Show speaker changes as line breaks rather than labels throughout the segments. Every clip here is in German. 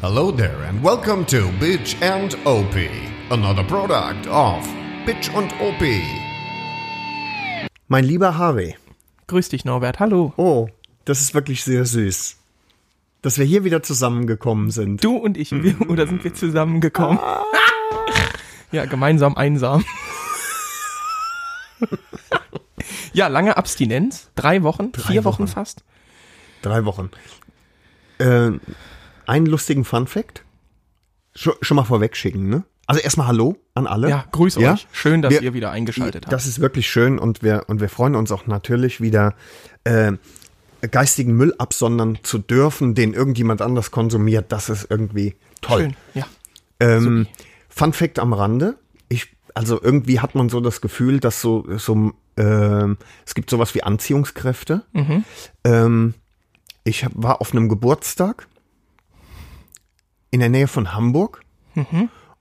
Hello there and welcome to Bitch and OP, another product of Bitch und OP.
Mein lieber Harvey.
Grüß dich, Norbert. Hallo.
Oh, das ist wirklich sehr süß. Dass wir hier wieder zusammengekommen sind. Mhm. Ah.
Du und ich, wir, oder sind wir zusammengekommen? ja, gemeinsam einsam. ja, lange Abstinenz. Drei Wochen, vier Wochen,
Wochen.
fast.
Drei Wochen. Äh, einen lustigen Fun-Fact. Schon, schon mal vorweg schicken, ne? Also erstmal Hallo an alle.
Ja, grüß
Ja?
euch. Schön, dass
Wir-
ihr wieder eingeschaltet habt.
Das ist wirklich schön und wir, und wir freuen uns auch natürlich wieder, äh, geistigen Müll absondern zu dürfen, den irgendjemand anders konsumiert. Das ist irgendwie toll.
Schön, ja.
Ähm, Fun Fact am Rande. Ich, also irgendwie hat man so das Gefühl, dass so, so ähm, es gibt sowas wie Anziehungskräfte. Ähm, ich hab, war auf einem Geburtstag in der Nähe von Hamburg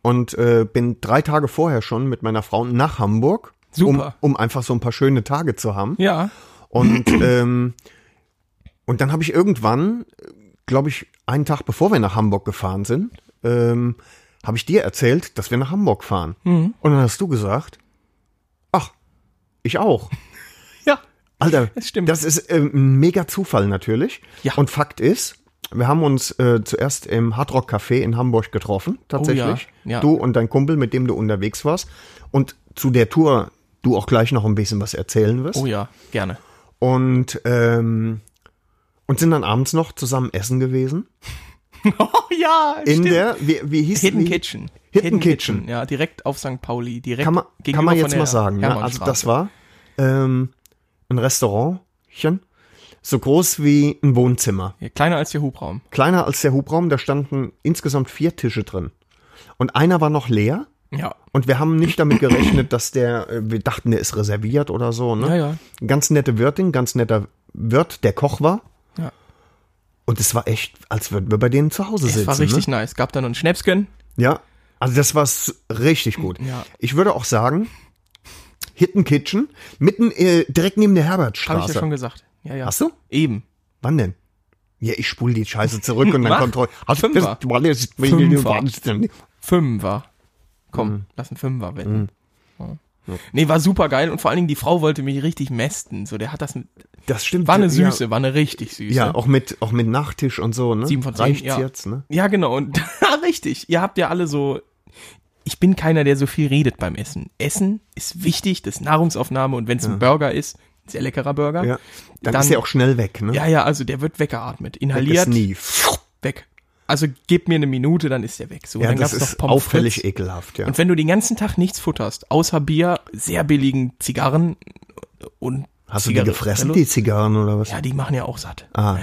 und äh, bin drei Tage vorher schon mit meiner Frau nach Hamburg,
Super.
Um, um einfach so ein paar schöne Tage zu haben.
Ja,
Und, ähm, und dann habe ich irgendwann, glaube ich, einen Tag bevor wir nach Hamburg gefahren sind, ähm, habe ich dir erzählt, dass wir nach Hamburg fahren.
Mhm.
Und dann hast du gesagt, ach, ich auch.
ja.
Alter,
Das stimmt.
das ist ähm, ein mega Zufall natürlich.
Ja.
Und Fakt ist, wir haben uns äh, zuerst im Hardrock Café in Hamburg getroffen, tatsächlich.
Oh ja.
Du und dein Kumpel, mit dem du unterwegs warst. Und zu der Tour du auch gleich noch ein bisschen was erzählen wirst
Oh ja, gerne.
und ähm, und sind dann abends noch zusammen essen gewesen
Oh ja,
in der wie, wie hieß
Hidden
wie,
Kitchen.
Hidden, Kitchen.
Ja, direkt auf St. Pauli. Direkt
Kann man kann
gegenüber
man
von
jetzt
der
mal sagen, ne? also
Hermannstraße.
das war ähm, ein Restaurantchen so groß wie ein Wohnzimmer,
Ja, kleiner als der Hubraum.
kleiner als der Hubraum, da standen insgesamt vier Tische drin und einer war noch leer.
Ja.
Und wir haben nicht damit gerechnet, dass der, äh, wir dachten, der ist reserviert oder so. Ne?
Ja, ja.
Ganz nette Wirtin, ganz netter Wirt, der Koch war.
Ja.
Und es war echt, als würden wir bei denen zu Hause sitzen.
Es war richtig
ne?
nice. Gab dann noch ein Schnäpschen.
Ja. Also das war s- richtig gut.
Ja.
Ich würde auch sagen, Hidden Kitchen, mitten äh, direkt neben der
Habe ich ja
Herbertstraße.
schon gesagt. Ja, ja.
Hast du?
Eben.
Wann denn? Ja, ich spule die Scheiße zurück und dann
Mach.
kontrolliere.
Fünfer. Fünfer. Fünfer. Komm,
Mhm.
lass einen Fünfer wetten. Ja. Nee, war super geil und vor allen Dingen die Frau wollte mich richtig mästen. So, der hat das.
Das stimmt.
War eine
ja.
süße, war eine richtig süße.
Ja, auch mit, auch mit Nachtisch und so, ne?
Sieben von zehn,
Reicht's
ja.
jetzt, ne?
Ja, genau. Und richtig. Ihr habt ja alle so. Ich bin keiner, der so viel redet beim Essen. Essen ist wichtig, das ist Nahrungsaufnahme und wenn es ein Burger ist, ein sehr leckerer Burger.
Ja. Dann,
Dann-
ist der auch schnell weg, ne?
ja, ja, also der wird weggeatmet, inhaliert,
Ist nie.
weg. Also gib mir eine Minute, dann ist der weg. So,
Ja,
dann
das
gab's
ist
noch Pommes
auffällig e-
frites.
ekelhaft, ja.
Und wenn du den ganzen Tag nichts futterst, außer Bier, sehr billigen Zigarren und
Hast du
Zigarre-
die gefressen,
Hallo?
die Zigarren oder was?
Ja, die machen ja auch satt.
Ah,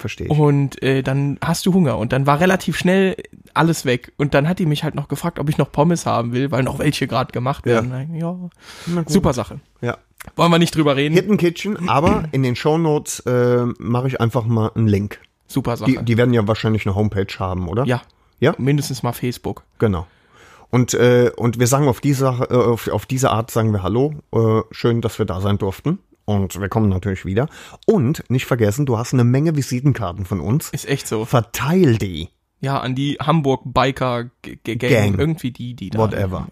verstehe ich.
Und äh, dann hast du Hunger und dann war relativ schnell alles weg. Und dann hat die mich halt noch gefragt, ob ich noch Pommes haben will, weil noch welche gerade gemacht werden. Ja. Super Sache.
Ja.
Wollen wir nicht drüber reden?
Hidden Kitchen, aber in den Shownotes äh, mache ich einfach mal einen Link.
Super Sache.
Die, die werden ja wahrscheinlich eine Homepage haben, oder?
ja,
Ja,
mindestens mal Facebook.
genau. Und, äh, und wir sagen auf diese, Sache- äh, auf, auf diese Art sagen wir Hallo. Äh, schön, dass wir da sein durften. Und wir kommen natürlich wieder. Und nicht vergessen, du hast eine Menge Visitenkarten von uns.
Ist echt so.
Verteil die.
Ja, an die Hamburg Biker G G Gang.
Gang.
Irgendwie die, die da.
Whatever.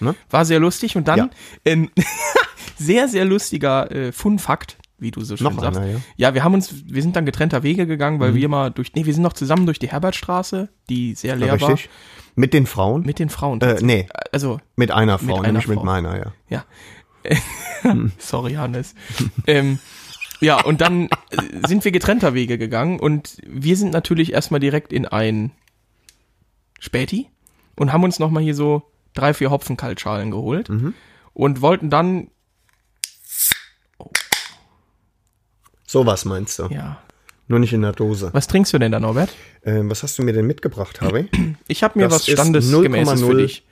Ne?
War sehr lustig und dann
Ja.
ähm, sehr, sehr lustiger äh, Fun-Fakt, wie du so schön
Noch
sagst.
einer, ja. Mhm.
wir haben uns, wir sind dann getrennter Wege gegangen, weil wir mal durch, nee, wir sind noch zusammen durch die Herbertstraße, die sehr leer war,
Ah, Richtig? Mit den Frauen?
mit den Frauen.
äh, nee,
Also,
mit einer Frau,
einer
nämlich mit
Frau.
meiner, ja.
ja.
Hm.
Sorry, Hannes. ähm, ja, und dann äh, sind wir getrennter Wege gegangen und wir sind natürlich erstmal direkt in ein Späti und haben uns nochmal hier so drei, vier Hopfenkaltschalen geholt
Mhm.
und wollten dann,
Sowas meinst du.
ja,
Nur nicht in der Dose.
was trinkst du denn da, Norbert?
Ähm, was hast du mir denn mitgebracht, Harvey?
Ich habe mir
Das
was
ist
Standesgemäßes für
0,0
dich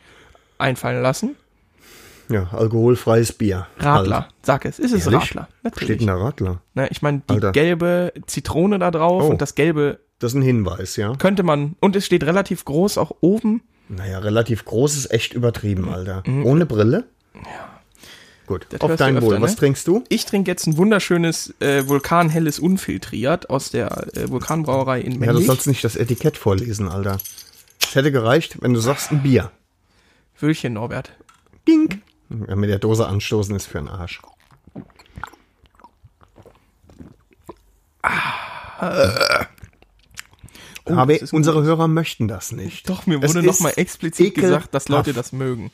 einfallen lassen.
ja, alkoholfreies Bier.
Radler, sag es. Ist es
Also, Ehrlich?
Radler?
Steht
Natürlich.
denn da Radler?
Na, ich meine, die
Alter.
gelbe Zitrone da drauf
Oh.
und das gelbe
Das ist ein Hinweis, ja.
könnte man, und es steht relativ groß auch oben.
Naja, relativ groß ist echt übertrieben, Alter. Ohne Brille? Ja. Gut,
Mhm. Das
auf
hörst du
dein
öfter,
Wohl.
ne?
Was trinkst du?
Ich trinke jetzt ein wunderschönes äh, Vulkanhelles Unfiltriert aus der äh, Vulkanbrauerei in
Ja, du
Männlich.
sollst nicht das Etikett vorlesen, Alter. Es hätte gereicht, wenn du sagst, ein Bier.
Wölchen, Norbert.
Ding. Ja, mit der Dose anstoßen ist für einen Arsch.
Ah. Oh,
Aber
das ist
unsere Hörer möchten das nicht.
Doch, mir
Es
wurde
ist
nochmal explizit gesagt, dass Leute
ekelhaft.
das mögen.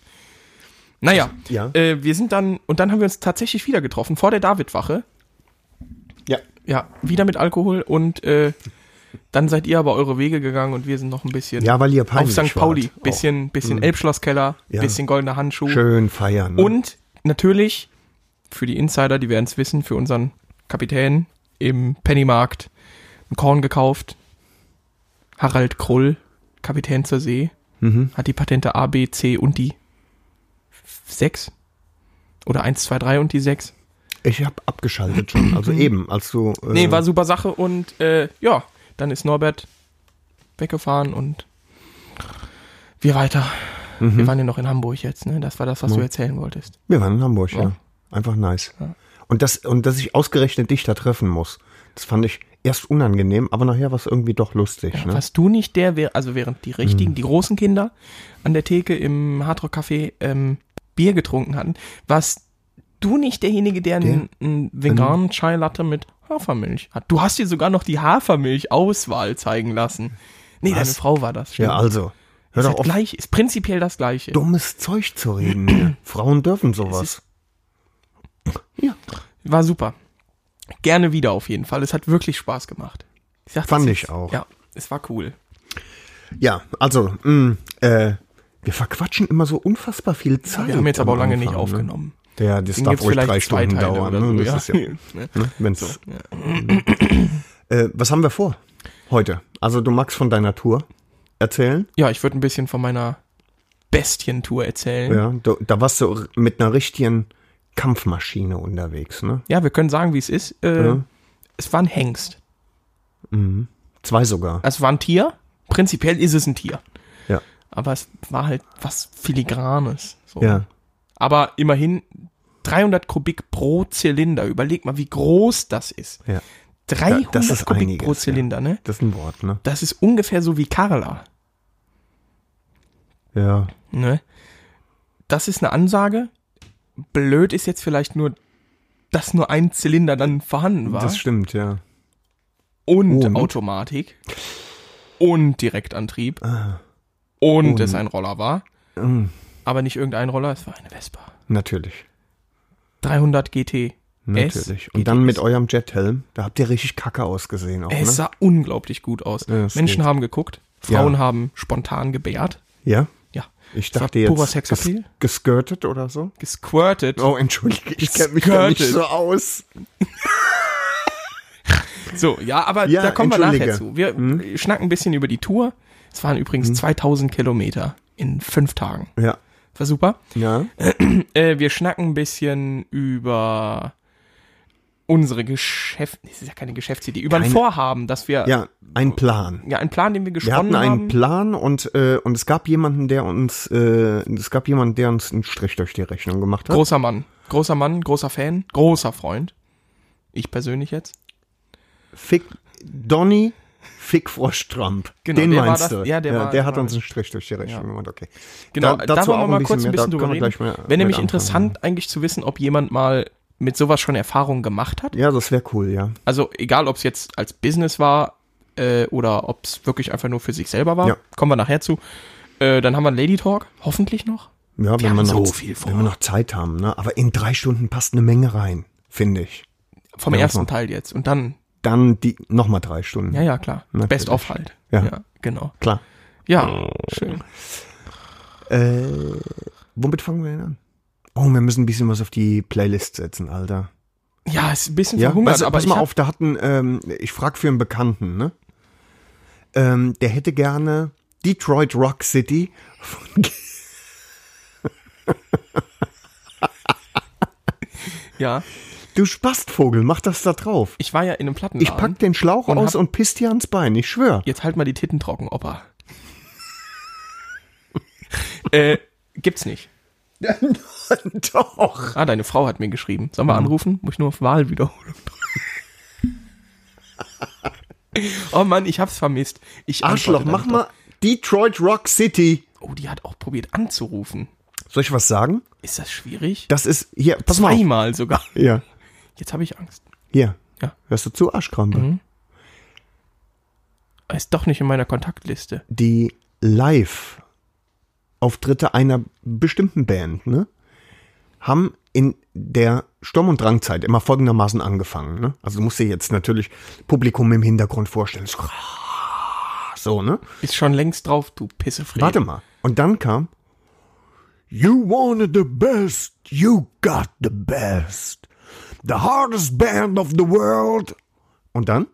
Naja,
Ja.
äh, wir sind dann, und dann haben wir uns tatsächlich wieder getroffen, vor der Davidwache.
Ja,
Ja, wieder mit Alkohol und äh, dann seid ihr aber eure Wege gegangen und wir sind noch ein bisschen
ja weil ihr
auf
peinlich
St. Pauli.
wart. Oh, Mhm.
Bisschen, bisschen Elbschlosskeller,
Ja.
bisschen goldener Handschuh.
Auch schön feiern. ne?
Und natürlich, für die Insider, die werden es wissen, für unseren Kapitän im Pennymarkt ein Korn gekauft. Harald Krull, Kapitän zur See,
Mhm.
hat die Patente A, B, C und die 6. Oder 1, 2, 3 und die 6.
Ich habe abgeschaltet schon. Also eben, als du. Äh,
Mhm. Nee, war super Sache und äh, ja, dann ist Norbert weggefahren und wir weiter.
Mhm.
Wir waren ja noch in Hamburg jetzt, ne? Das war das, was du erzählen wolltest.
Wir waren in Hamburg, ja.
Oh.
Einfach nice. Und, das, und dass ich ausgerechnet dich da treffen muss, das fand ich erst unangenehm, aber nachher war es irgendwie doch lustig.
Ja,
ne?
Warst du nicht der, wer- also während die
Mhm.
richtigen, die großen Kinder an der Theke im Hardrock Café ähm, Bier getrunken hatten, warst du nicht derjenige, der, einen, einen veganen Chai Latte mit Hafermilch hat? Du hast dir sogar noch die Hafermilch-Auswahl zeigen lassen. Nee, deine Frau war das. stimmt.
ja also. Hör
ist,
doch
halt
auf,
gleich, ist prinzipiell das Gleiche.
dummes Zeug zu reden. hier. Frauen dürfen
Es
sowas.
War super. Gerne wieder auf jeden Fall. Es hat wirklich Spaß gemacht. Ich sag, das
Fand
ist-
ich auch.
Ja, es war cool.
Ja, also, mh, äh, wir verquatschen immer so unfassbar viel Zeit.
Wir haben jetzt aber auch
am
lange nicht
Anfang, ne?
aufgenommen.
Ja, das
Deswegen
darf
gibt's
ruhig
vielleicht
drei
zwei
Stunden
Teile
dauern.
oder so,
ne?
ja.
Das ist ja, ne? Wenn's, Äh, was haben wir vor heute? Also du magst von deiner Tour erzählen?
Ja, ich würde ein bisschen von meiner Bestientour erzählen.
Ja, du, da warst du r- mit einer richtigen Kampfmaschine unterwegs, ne?
Ja, wir können sagen, wie es ist. Äh,
Ja.
Es war ein Hengst.
Zwei sogar.
Es war ein Tier. Prinzipiell ist es ein Tier.
Ja,
Aber es war halt was Filigranes. So.
ja.
Aber immerhin 300 Kubik pro Zylinder. Überleg mal, wie groß das ist.
ja.
300
das ist
Kubik pro
einiges, ja.
Zylinder, ne?
Das ist ein Wort, ne?
Das ist ungefähr so wie Karla.
Ja.
Ne? Das ist eine Ansage. Blöd ist jetzt vielleicht nur, dass nur ein Zylinder dann vorhanden war.
Das stimmt, ja.
und,
Und?
Automatik. Und Direktantrieb.
Ah.
Und, es ein Roller war.
Mm.
Aber nicht irgendein Roller, es war eine Vespa.
Natürlich.
300 GT.
Natürlich. Und dann mit eurem Jethelm, da habt ihr richtig kacke ausgesehen auch,
Es
ne?
sah unglaublich gut aus.
Ja, das
Menschen
geht.
haben geguckt,
Ja.
Frauen haben spontan gebärt.
Ja?
Ja.
Ich
Das war
dachte
purer
jetzt
Sexappeal.
ges geskirtet oder so.
Gesquirtet.
Oh, entschuldige, ich kenne mich da nicht
Skirtet.
so aus.
So, ja, aber
Ja,
da kommen wir nachher
entschuldige. Hm?
zu. Wir äh, schnacken ein bisschen über die Tour. Es waren übrigens 2000 Kilometer in fünf Tagen.
Ja.
War super.
Ja.
Äh, wir schnacken ein bisschen über unsere Geschäft, es ist ja keine Geschäftsidee, über ein
Keine-
Vorhaben, dass wir
Ja, ein Plan.
ja einen Plan, den wir
Wir
gesponnen
hatten einen
haben.
Plan und, äh, und es gab jemanden, der uns, äh, es gab jemanden, der uns einen Strich durch die Rechnung gemacht hat.
Großer Mann, großer Mann, großer Fan, großer Freund. Ich persönlich jetzt.
Fick, Donny Fickfrosch Trump.
Genau,
Den
der war
meinst
das-
du?
ja, der war-
der
der
hat
war-
uns einen Strich durch die Rechnung
Ja.
gemacht, okay.
Genau,
Da-
da,
dazu
wollen wir
auch
mal kurz ein bisschen
mehr, da
drüber
können wir
reden.
gleich mehr
Wäre
mit
nämlich
anfangen.
interessant eigentlich zu wissen, ob jemand mal mit sowas schon Erfahrung gemacht hat.
Ja, das wäre cool, ja.
Also egal, ob es jetzt als Business war äh, oder ob es wirklich einfach nur für sich selber war.
Ja.
Kommen wir nachher zu. Äh, dann haben wir einen Lady Talk, hoffentlich noch.
Ja, wenn
haben
wir, noch,
so viel vor.
wenn wir noch Zeit haben, ne? Aber in drei Stunden passt eine Menge rein, finde ich.
Vom
Ja,
ersten
muss man.
Teil jetzt. Und dann
Dann die, nochmal drei Stunden.
Ja, ja, klar.
Natürlich.
Best of halt.
Ja.
genau.
Klar.
Ja, schön.
Äh, womit fangen wir denn an? Oh, wir müssen ein bisschen was auf die Playlist setzen, Alter.
Ja, ist ein bisschen
Ja,
verhungert,
pass,
aber
pass
ich
mal
hab-
auf, da hatten, ähm, ich frag für einen Bekannten, ne? Ähm, der hätte gerne Detroit Rock City von
ja,
Du Spastvogel, mach das da drauf.
ich war ja in einem Plattenladen.
Ich pack den Schlauch
Und
aus
hab-
und piss dir ans Bein, ich schwör.
Jetzt halt mal die Titten trocken, Opa. äh, gibt's nicht.
Doch.
Ah, deine Frau hat mir geschrieben. Sollen wir
Mhm.
anrufen? Muss ich nur auf Wahl wiederholen. oh Mann, ich hab's vermisst. Ich
Arschloch,
antworte
mach
dann
mal Detroit Rock City.
doch- Oh, die hat auch probiert anzurufen.
Soll ich was sagen?
Ist das schwierig?
Das ist hier, pass mal. auf.
Zweimal sogar.
Ja,
Jetzt habe ich Angst.
hier.
Ja.
Hörst du zu, Arschkrampe?
Er Ist doch nicht in meiner Kontaktliste.
Die Live-Auftritte einer bestimmten Band, ne? Haben in der Sturm- und Drangzeit immer folgendermaßen angefangen, ne? Also du musst dir jetzt natürlich Publikum im Hintergrund vorstellen. So, ne?
Ist schon längst drauf, du Pissefried.
Warte mal. Und dann kam You wanted the best, you got the best. The hardest band of the world. Und dann?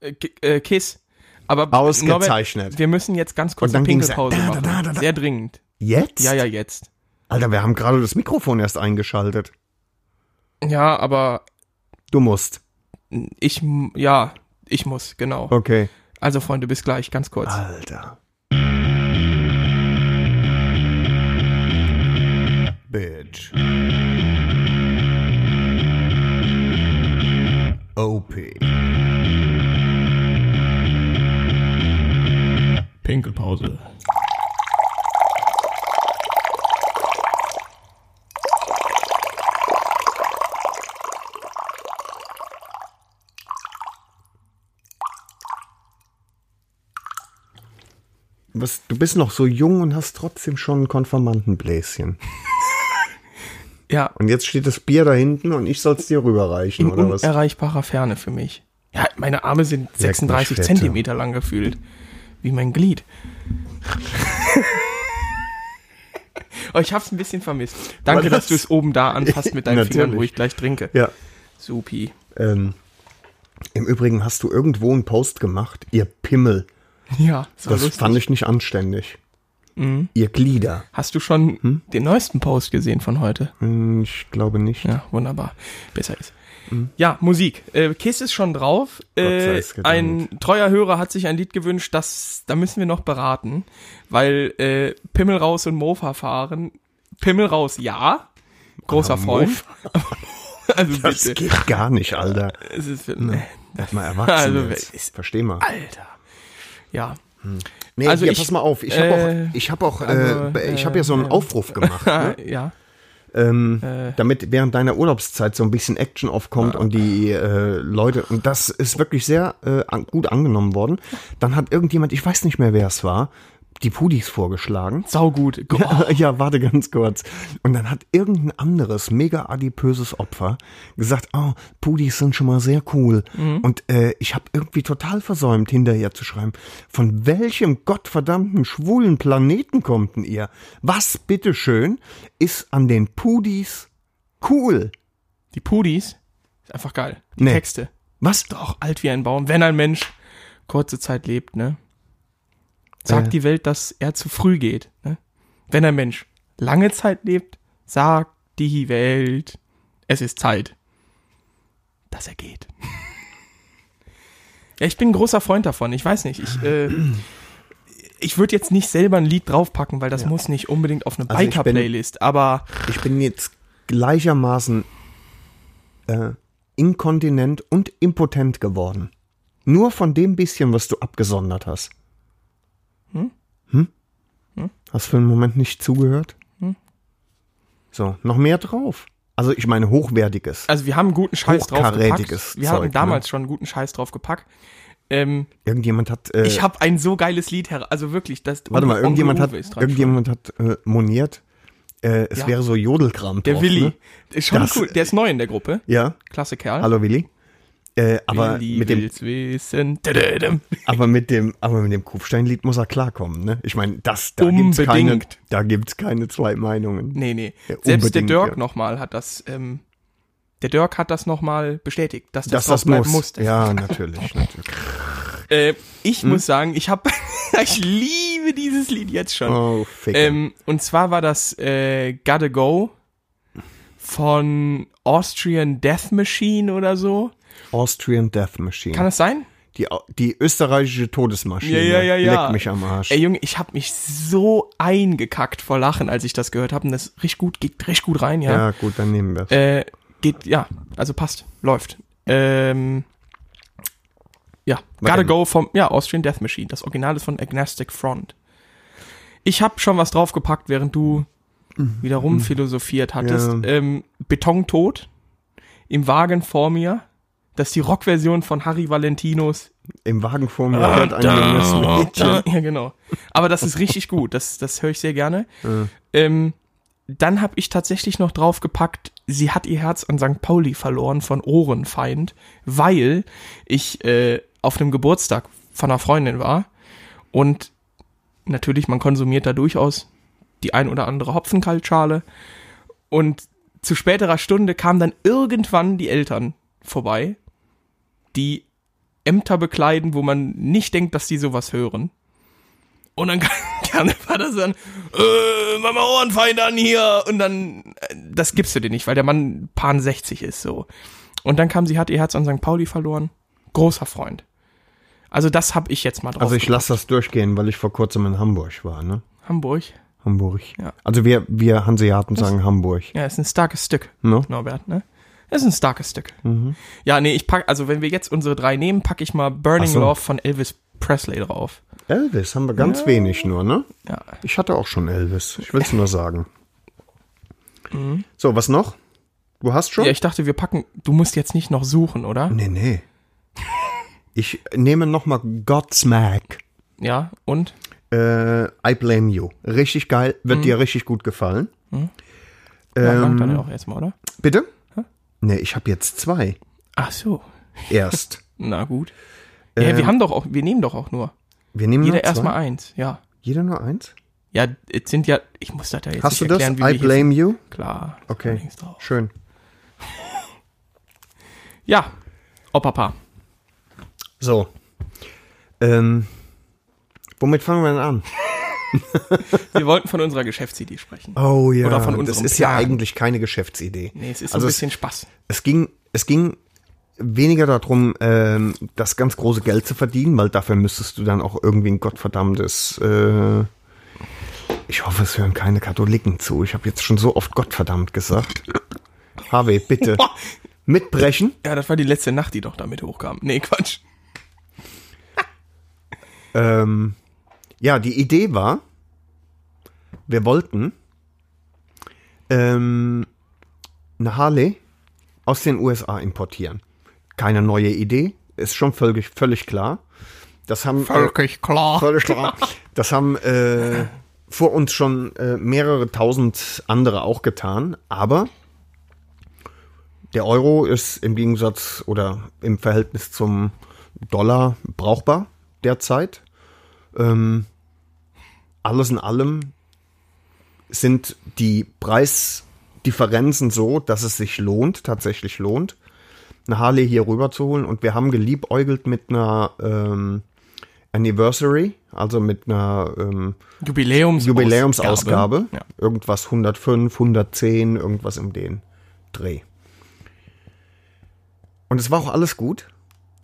Äh, K- äh, Kiss. Aber
Ausgezeichnet.
Norbert, wir müssen jetzt ganz kurz
Und dann
eine
ging's-
Pinkelpause
da, da,
machen.
da, da, da.
Sehr dringend.
Jetzt?
Ja, ja, jetzt.
Alter, wir haben gerade das Mikrofon erst eingeschaltet.
Ja, aber
Du musst.
ich, m- ja, ich muss, genau.
Okay. Ah.
Also Freunde, bis gleich, ganz kurz.
Alter.
Bitch. OP.
Pinkelpause.
Was, du bist noch so jung und hast trotzdem schon ein Konfirmandenbläschen.
Ja,
Und jetzt steht das Bier da hinten und ich soll's dir rüberreichen,
in
oder was?
unerreichbarer Ferne für mich. Ja, meine Arme sind 36
Fette.
Zentimeter lang gefühlt. Wie mein Glied. oh, ich hab's ein bisschen vermisst. Danke,
War das-
dass du es oben da anfasst mit deinen Fingern, wo
Natürlich.
ich gleich trinke.
Ja.
Supi.
Ähm, Im Übrigen hast du irgendwo einen Post gemacht, ihr Pimmel.
Ja, so
Das
lustig. Mhm.
fand ich nicht anständig. Ihr Glieder.
Hast du schon den neuesten Post gesehen von heute?
Hm, Ich glaube nicht.
Ja, wunderbar. Besser ist.
Mhm.
Ja, Musik. Äh, Kiss ist schon drauf. Äh,
sei's gedankt.
ein treuer Hörer hat sich ein Lied gewünscht, das da müssen wir noch beraten, weil äh, Pimmel raus und Mofa fahren. Pimmel raus, ja. Großer Freund. also
Das
bitte.
geht Ne. gar nicht, Alter.
Es ist,
Werd mal erwachsen.
Also,
jetzt. Versteh mal.
Alter. Ja.
Nee,
also
hier,
ich-
pass mal auf. Ich habe
äh,
auch, ich hab auch, äh,
also,
ich hab ja so einen Aufruf gemacht. Ne?
Äh, Ja.
ähm,
Äh.
damit während deiner Urlaubszeit so ein bisschen Action aufkommt und die äh, Leute, und das ist wirklich sehr äh, an, gut angenommen worden. Dann hat irgendjemand, ich weiß nicht mehr, wer es war, die Pudis vorgeschlagen.
Saugut. Go-
Ja, warte ganz kurz. Und dann hat irgendein anderes mega adipöses Opfer gesagt, oh, Pudis sind schon mal sehr cool. Und äh, ich habe irgendwie total versäumt, hinterher zu schreiben, von welchem gottverdammten schwulen Planeten kommt denn ihr? Was bitteschön ist an den Pudis cool?
Die Pudis. Ist einfach geil. Die
Nee.
Texte.
Was?
Doch, alt wie ein Baum, wenn ein Mensch kurze Zeit lebt, ne? Sagt
Äh.
die Welt, dass er zu früh geht, ne? Wenn ein Mensch lange Zeit lebt, sagt die Welt, es ist Zeit, dass er geht. ja, ich bin ein großer Freund davon, ich weiß nicht, ich, äh, ich würde jetzt nicht selber ein Lied draufpacken, weil das muss nicht unbedingt auf eine
Also ich bin-
Biker-Playlist, aber
Ich bin jetzt gleichermaßen äh, inkontinent und impotent geworden. Nur von dem bisschen, was du abgesondert hast. Hm? Hm? Hast für einen Moment nicht zugehört?
Hm?
So, noch mehr drauf. Also ich meine hochwertiges.
also wir haben einen guten Scheiß
Hochkarätiges
draufgepackt, wir
Zeug, ne?
haben damals schon einen guten Scheiß draufgepackt, ähm,
Irgendjemand hat. Äh,
Ich habe ein so geiles Lied her, also wirklich, das.
warte mal,
Onkel
irgendjemand hat,
Uwe ist dran
irgendjemand hat äh, moniert, äh, es
Ja.
wäre so Jodelkram
schuld. Der
drauf.
Willi.
Ne?
Ist schon
Das-
cool. Der ist neu in der Gruppe.
Ja,
Klasse Kerl.
hallo Willi. Äh, aber
Willi
mit dem
will's wissen. Tadadam.
Aber mit dem, aber mit dem Kufsteinlied muss er klarkommen, ne? Ich meine, das, da gibt's keine,
Unbedingt.
da gibt's keine zwei Meinungen.
Nee, nee.
Ja,
Selbst der
unbedingt,
Dirk
ja.
nochmal hat das, ähm, der Dirk hat das nochmal bestätigt, dass das,
Dass das
drauf bleiben
muss. Ja, Hm? natürlich, natürlich.
Äh, ich muss sagen, ich habe, ich liebe dieses Lied jetzt schon.
Oh, fick.
Ähm, und zwar war das äh, Gotta Go von Austrian Death Machine oder so.
Austrian Death Machine.
Kann das sein?
Die, Au- die österreichische Todesmaschine.
Ja, ja, ja, ja.
Leck mich am Arsch.
Ey Junge, ich habe mich so eingekackt vor Lachen, als ich das gehört habe. Und das richtig gut, geht richtig gut rein, ja.
ja, gut, dann nehmen wir es.
Äh, geht, ja, also passt, läuft. Ähm, ja, Gotta
denn?
Go vom, ja, Austrian Death Machine. Das Original ist von Agnostic Front. Ich habe schon was draufgepackt, während du wieder rumphilosophiert hattest.
Mhm. Ja.
Ähm, Betontod im Wagen vor mir. Das ist die Rockversion von Harry Valentinos.
Im Wagen vor mir
ah,
hat ein junges Mädchen.
Ja, genau. Aber das ist richtig gut. Das, das höre ich sehr gerne. Ähm, dann habe ich tatsächlich noch draufgepackt, sie hat ihr Herz an St. Pauli verloren von Ohrenfeind, weil ich äh, auf einem Geburtstag von einer Freundin war. Und natürlich, man konsumiert da durchaus die ein oder andere Hopfenkaltschale. Und zu späterer Stunde kamen dann irgendwann die Eltern vorbei, die Ämter bekleiden, wo man nicht denkt, dass die sowas hören. Und dann gerne war das dann, äh, Mama Ohrenfeind an hier. Und dann, äh, das gibst du dir nicht, weil der Mann paar 60 ist, so. Und dann kam sie, hat ihr Herz an St. Pauli verloren. Großer Freund. Also das habe ich jetzt mal drauf.
Also ich lasse das durchgehen, weil ich vor kurzem in Hamburg war, ne?
Hamburg.
Hamburg.
Ja.
Also wir, wir Hanseaten sagen Hamburg.
Ja, ist ein starkes Stück,
Ne?
Norbert, ne? Ist ein starkes Stück.
Mhm.
Ja, nee, ich pack, also wenn wir jetzt unsere drei nehmen, packe ich mal Burning
Ach so.
Love von Elvis Presley drauf.
Elvis haben wir ganz wenig nur, ne?
Ja.
Ich hatte auch schon Elvis. Ich will's nur sagen. So, was noch? Du hast schon?
Ja, ich dachte, wir packen, du musst jetzt nicht noch suchen, oder?
nee, nee. Ich nehme nochmal Godsmack.
Ja, und?
Äh, I Blame You. Richtig geil. Wird
Mhm.
dir richtig gut gefallen.
Ja,
Ähm,
langt dann ja auch erstmal, oder?
Bitte? Nee, ich habe jetzt zwei.
Ach so.
Erst.
Na gut. ja, wir haben doch auch, wir nehmen doch auch nur.
Wir nehmen
Jeder
nur Ähm, zwei.
erstmal eins, ja.
Jeder nur eins?
Ja, es sind ja, ich muss das ja jetzt
Hast du
nicht
das?
erklären, wie
I
wir hier-
Blame You?
Klar. ist
Okay.
allerdings Drauf.
Schön.
Ja, oh, Opapa.
So. Ähm, womit fangen wir denn an?
Wir wollten von unserer Geschäftsidee sprechen.
Oh ja,
Oder von
das
unserem
ist ja
Plan.
eigentlich keine Geschäftsidee.
Nee, es ist
also
so ein
es-
bisschen Spaß.
Es ging, es ging weniger darum, ähm, das ganz große Geld zu verdienen, weil dafür müsstest du dann auch irgendwie ein gottverdammtes. Äh, ich hoffe, es hören keine Katholiken zu. Ich habe jetzt schon so oft Gottverdammt gesagt. Harvey, bitte. Mitbrechen.
Ja, das war die letzte Nacht, die doch damit hochkam. Nee, Quatsch.
Ähm, ja, die Idee war, wir wollten ähm, eine Harley aus den USA importieren. Keine neue Idee, ist schon völlig, völlig klar. Das haben
klar.
Völlig klar. Das haben äh, vor uns schon äh, mehrere tausend andere auch getan, aber der Euro ist im Gegensatz oder im Verhältnis zum Dollar brauchbar derzeit. Ähm, alles in allem sind die Preisdifferenzen so, dass es sich lohnt, tatsächlich lohnt, eine Harley hier rüber zu holen. Und wir haben geliebäugelt mit einer ähm, Anniversary, also mit einer ähm,
Jubiläums
Jubiläumsausgabe.
Ja.
Irgendwas 105, 110, irgendwas um den Dreh. Und es war auch alles gut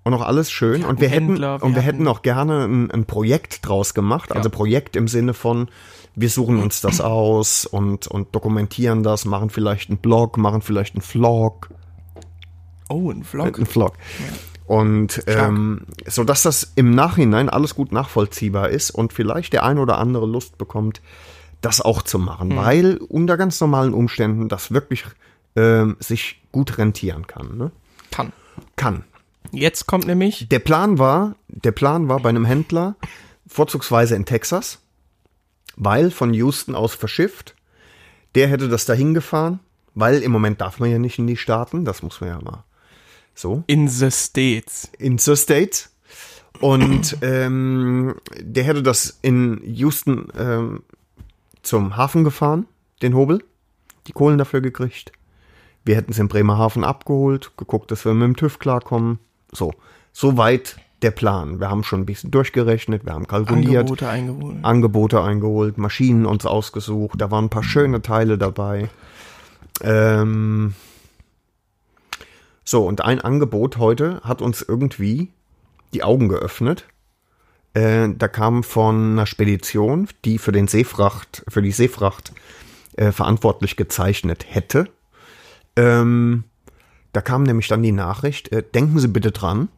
und auch alles schön. und wir hätten,
Händler, wir
und wir
hatten-
hätten auch gerne ein, ein Projekt draus gemacht. Also Projekt im Sinne von, wir suchen uns das aus und, und dokumentieren das, machen vielleicht einen Blog, machen vielleicht einen Vlog.
Oh, ein Vlog.
Ein Vlog. Und ähm, so dass das im Nachhinein alles gut nachvollziehbar ist und vielleicht der ein oder andere Lust bekommt, das auch zu machen, weil unter ganz normalen Umständen das wirklich ähm, sich gut rentieren kann. Ne?
Kann.
Kann.
Jetzt kommt nämlich.
Der Plan war, der Plan war bei einem Händler vorzugsweise in Texas, weil von Houston aus verschifft. Der hätte das dahin gefahren, weil im Moment darf man ja nicht in die Staaten, das muss man ja mal so
In the States.
in the State. Und ähm, der hätte das in Houston ähm, zum Hafen gefahren, den Hobel, die Kohlen dafür gekriegt. Wir hätten es in Bremerhaven abgeholt, geguckt, dass wir mit dem TÜV klarkommen. So, soweit der Plan. Wir haben schon ein bisschen durchgerechnet, wir haben kalkuliert, Angebote,
Angebote eingeholt.
eingeholt, Maschinen uns ausgesucht, da waren ein paar schöne Teile dabei. Ähm, so, und ein Angebot heute hat uns irgendwie die Augen geöffnet. Äh, da kam von einer Spedition, die für den Seefracht, für die Seefracht äh, verantwortlich gezeichnet hätte. Ähm, da kam nämlich dann die Nachricht, äh, denken Sie bitte dran,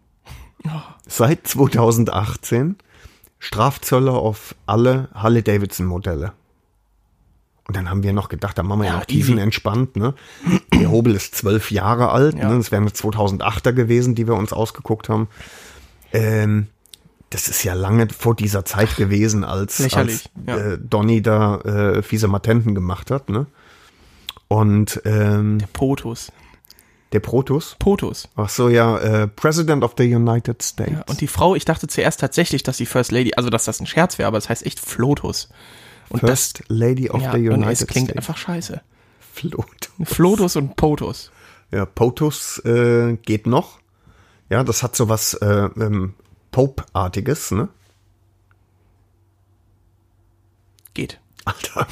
seit 2018 Strafzölle auf alle Harley-Davidson-Modelle. Und dann haben wir noch gedacht, da machen wir ja,
Ja,
noch tiefenentspannt. Ne? Der Hobel ist zwölf Jahre alt.
Ja.
Ne? Das wären 2008er gewesen, die wir uns ausgeguckt haben. Ähm, das ist ja lange vor dieser Zeit gewesen, als,
Lächerlich,
als
ja.
äh, Donny da äh, fiese Matenten gemacht hat. Ne? Und ähm,
Potus.
der Protus,
Potus.
ach so ja, äh, President of the United States.
Ja, und die Frau, ich dachte zuerst tatsächlich, dass die First Lady, also dass das ein Scherz wäre, aber es heißt echt Flotus. Und
First Lady of
das, ja,
the
und
United
es klingt
States.
einfach scheiße.
Flotus.
Flotus und Potus.
Ja, Potus äh, geht noch. Ja, das hat so was äh, ähm, Pope-artiges, ne?
Geht.
Alter,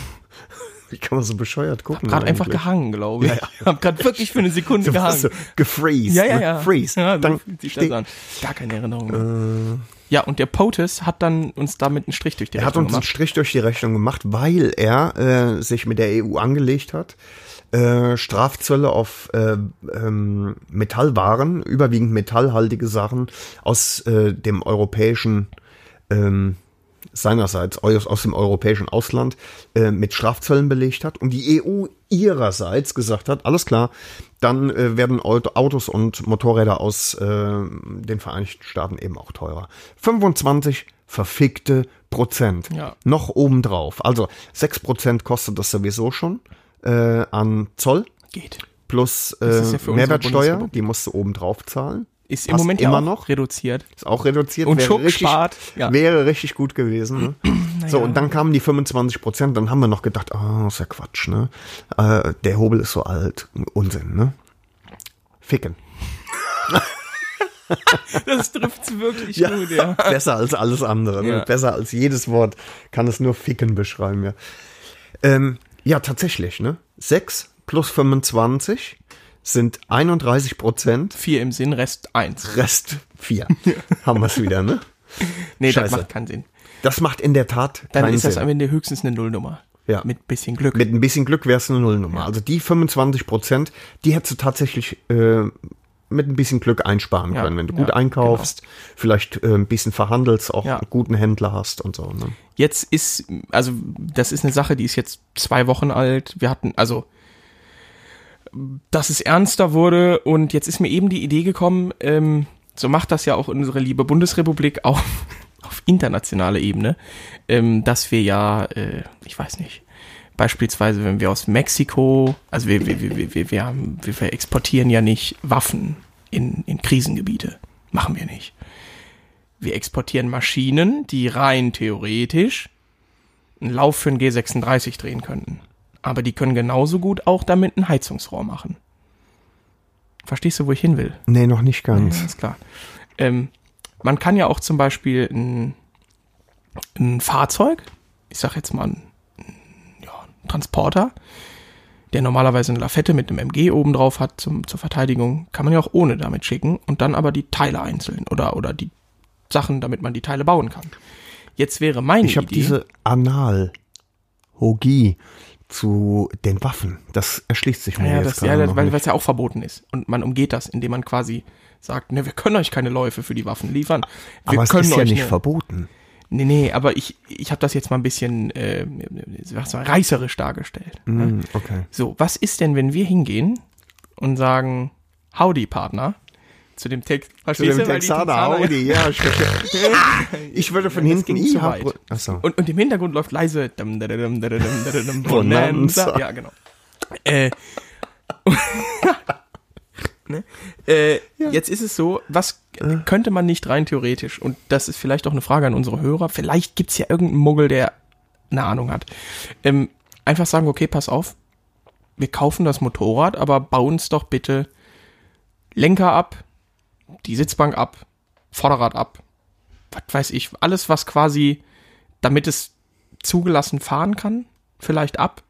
wie kann man so bescheuert gucken?
Gerade einfach
eigentlich?
gehangen, glaube ich. Hab gerade wirklich für eine Sekunde
Du warst
gehangen.
so gefreezed.
Ja, ja,
ne?
ja.
Freeze.
Ja,
dann
dann fühlt sich das
steh-
an. Gar keine Erinnerung. Mehr. Ja, und der Potus hat dann uns damit einen Strich durch die
er hat
Rechnung
uns einen Strich durch die Rechnung gemacht, weil er äh, sich mit der EU angelegt hat, äh, Strafzölle auf äh, ähm, Metallwaren, überwiegend metallhaltige Sachen aus äh, dem europäischen ähm, seinerseits eu- aus dem europäischen Ausland äh, mit Strafzöllen belegt hat und die EU ihrerseits gesagt hat, alles klar, dann äh, werden Aut- Autos und Motorräder aus äh, den Vereinigten Staaten eben auch teurer. 25 verfickte Prozent.
Ja.
Noch obendrauf. Also 6 Prozent kostet das sowieso schon äh, an Zoll
Geht.
plus
ist
äh,
ja für unsere
Mehrwertsteuer,
Bundesrepublik.
die musst du obendrauf zahlen.
Ist im
Passt
Moment ja
immer
auch
noch.
reduziert.
Ist auch reduziert.
Und
wäre
Schuck
richtig,
spart, ja.
Wäre richtig gut gewesen. Ne? So, und dann kamen die 25 Prozent. Dann haben wir noch gedacht, ah, ist ja Quatsch, ne? Äh, der Hobel ist so alt. Unsinn, ne? Ficken.
Das trifft's wirklich gut, ja.
Besser als alles andere. Ne?
Ja.
Besser als jedes Wort kann es nur Ficken beschreiben, ja. Ähm, ja, tatsächlich, ne? 6 plus 25 sind 31 Prozent.
Vier im Sinn, Rest eins.
Rest 4. haben wir es wieder, ne?
Nee, das
Scheiße.
macht keinen Sinn.
Das macht in der Tat
Dann
keinen
ist das
Sinn.
am Ende höchstens eine Nullnummer.
Ja.
Mit bisschen Glück.
Mit ein bisschen Glück wäre es eine Nullnummer. Also die 25 Prozent, die hättest du tatsächlich äh, mit ein bisschen Glück einsparen
Ja,
können, wenn du
ja,
gut einkaufst, vielleicht äh, ein bisschen verhandelst, auch
Ja.
einen guten Händler hast und so. Ne?
Jetzt ist, also das ist eine Sache, die ist jetzt zwei Wochen alt. Wir hatten, also, dass es ernster wurde und jetzt ist mir eben die Idee gekommen, ähm, so macht das ja auch unsere liebe Bundesrepublik auf, auf internationaler Ebene, ähm, dass wir ja, äh, ich weiß nicht, beispielsweise wenn wir aus Mexiko, also wir, wir, wir, wir, wir, wir, haben, wir wir exportieren ja nicht Waffen in, in Krisengebiete, machen wir nicht. Wir exportieren Maschinen, die rein theoretisch einen Lauf für einen G36 drehen könnten. Aber die können genauso gut auch damit ein Heizungsrohr machen. Verstehst du, wo ich hin will?
Nee, noch nicht
Ja,
ganz.
ist klar. Ähm, man kann ja auch zum Beispiel ein, ein Fahrzeug, ich sag jetzt mal ein, ein, ja, ein Transporter, der normalerweise eine Lafette mit einem MG oben drauf hat zum, zur Verteidigung, kann man ja auch ohne damit schicken und dann aber die Teile einzeln oder, oder die Sachen, damit man die Teile bauen kann. Jetzt wäre meine
Ich habe
Idee,
diese Analhogie zu den Waffen. Das erschließt sich mir
ja,
jetzt
das, ja,
gerade
das,
noch
weil
nicht.
was ja auch verboten ist. Und man umgeht das, indem man quasi sagt, ne, wir können euch keine Läufe für die Waffen liefern. Wir
Aber es
können
ist ja
euch
nicht
eine-
verboten.
Nee, nee, aber ich, ich habe das jetzt mal ein bisschen äh, was mal, reißerisch dargestellt. ne?
Hm, okay.
So, was ist denn, wenn wir hingehen und sagen, Howdy, Partner, zu dem Text,
Zu dem Texaner, Audi, ja. Ich, ich würde von
das
hinten
ging zu
I haben.
weit.
Achso.
Und, und im Hintergrund läuft leise dum, dadadum, dadadum, dadadum, Bonanza. Ja, genau. Äh, ne? äh, Jetzt ist es so, was könnte man nicht rein theoretisch? Und das ist vielleicht auch eine Frage an unsere Hörer. Vielleicht gibt's ja irgendeinen Muggel, der eine Ahnung hat. Ähm, einfach sagen, okay, pass auf, wir kaufen das Motorrad, aber bauen uns doch bitte Lenker ab, die Sitzbank ab, Vorderrad ab, was weiß ich, alles, was quasi damit es zugelassen fahren kann, vielleicht ab.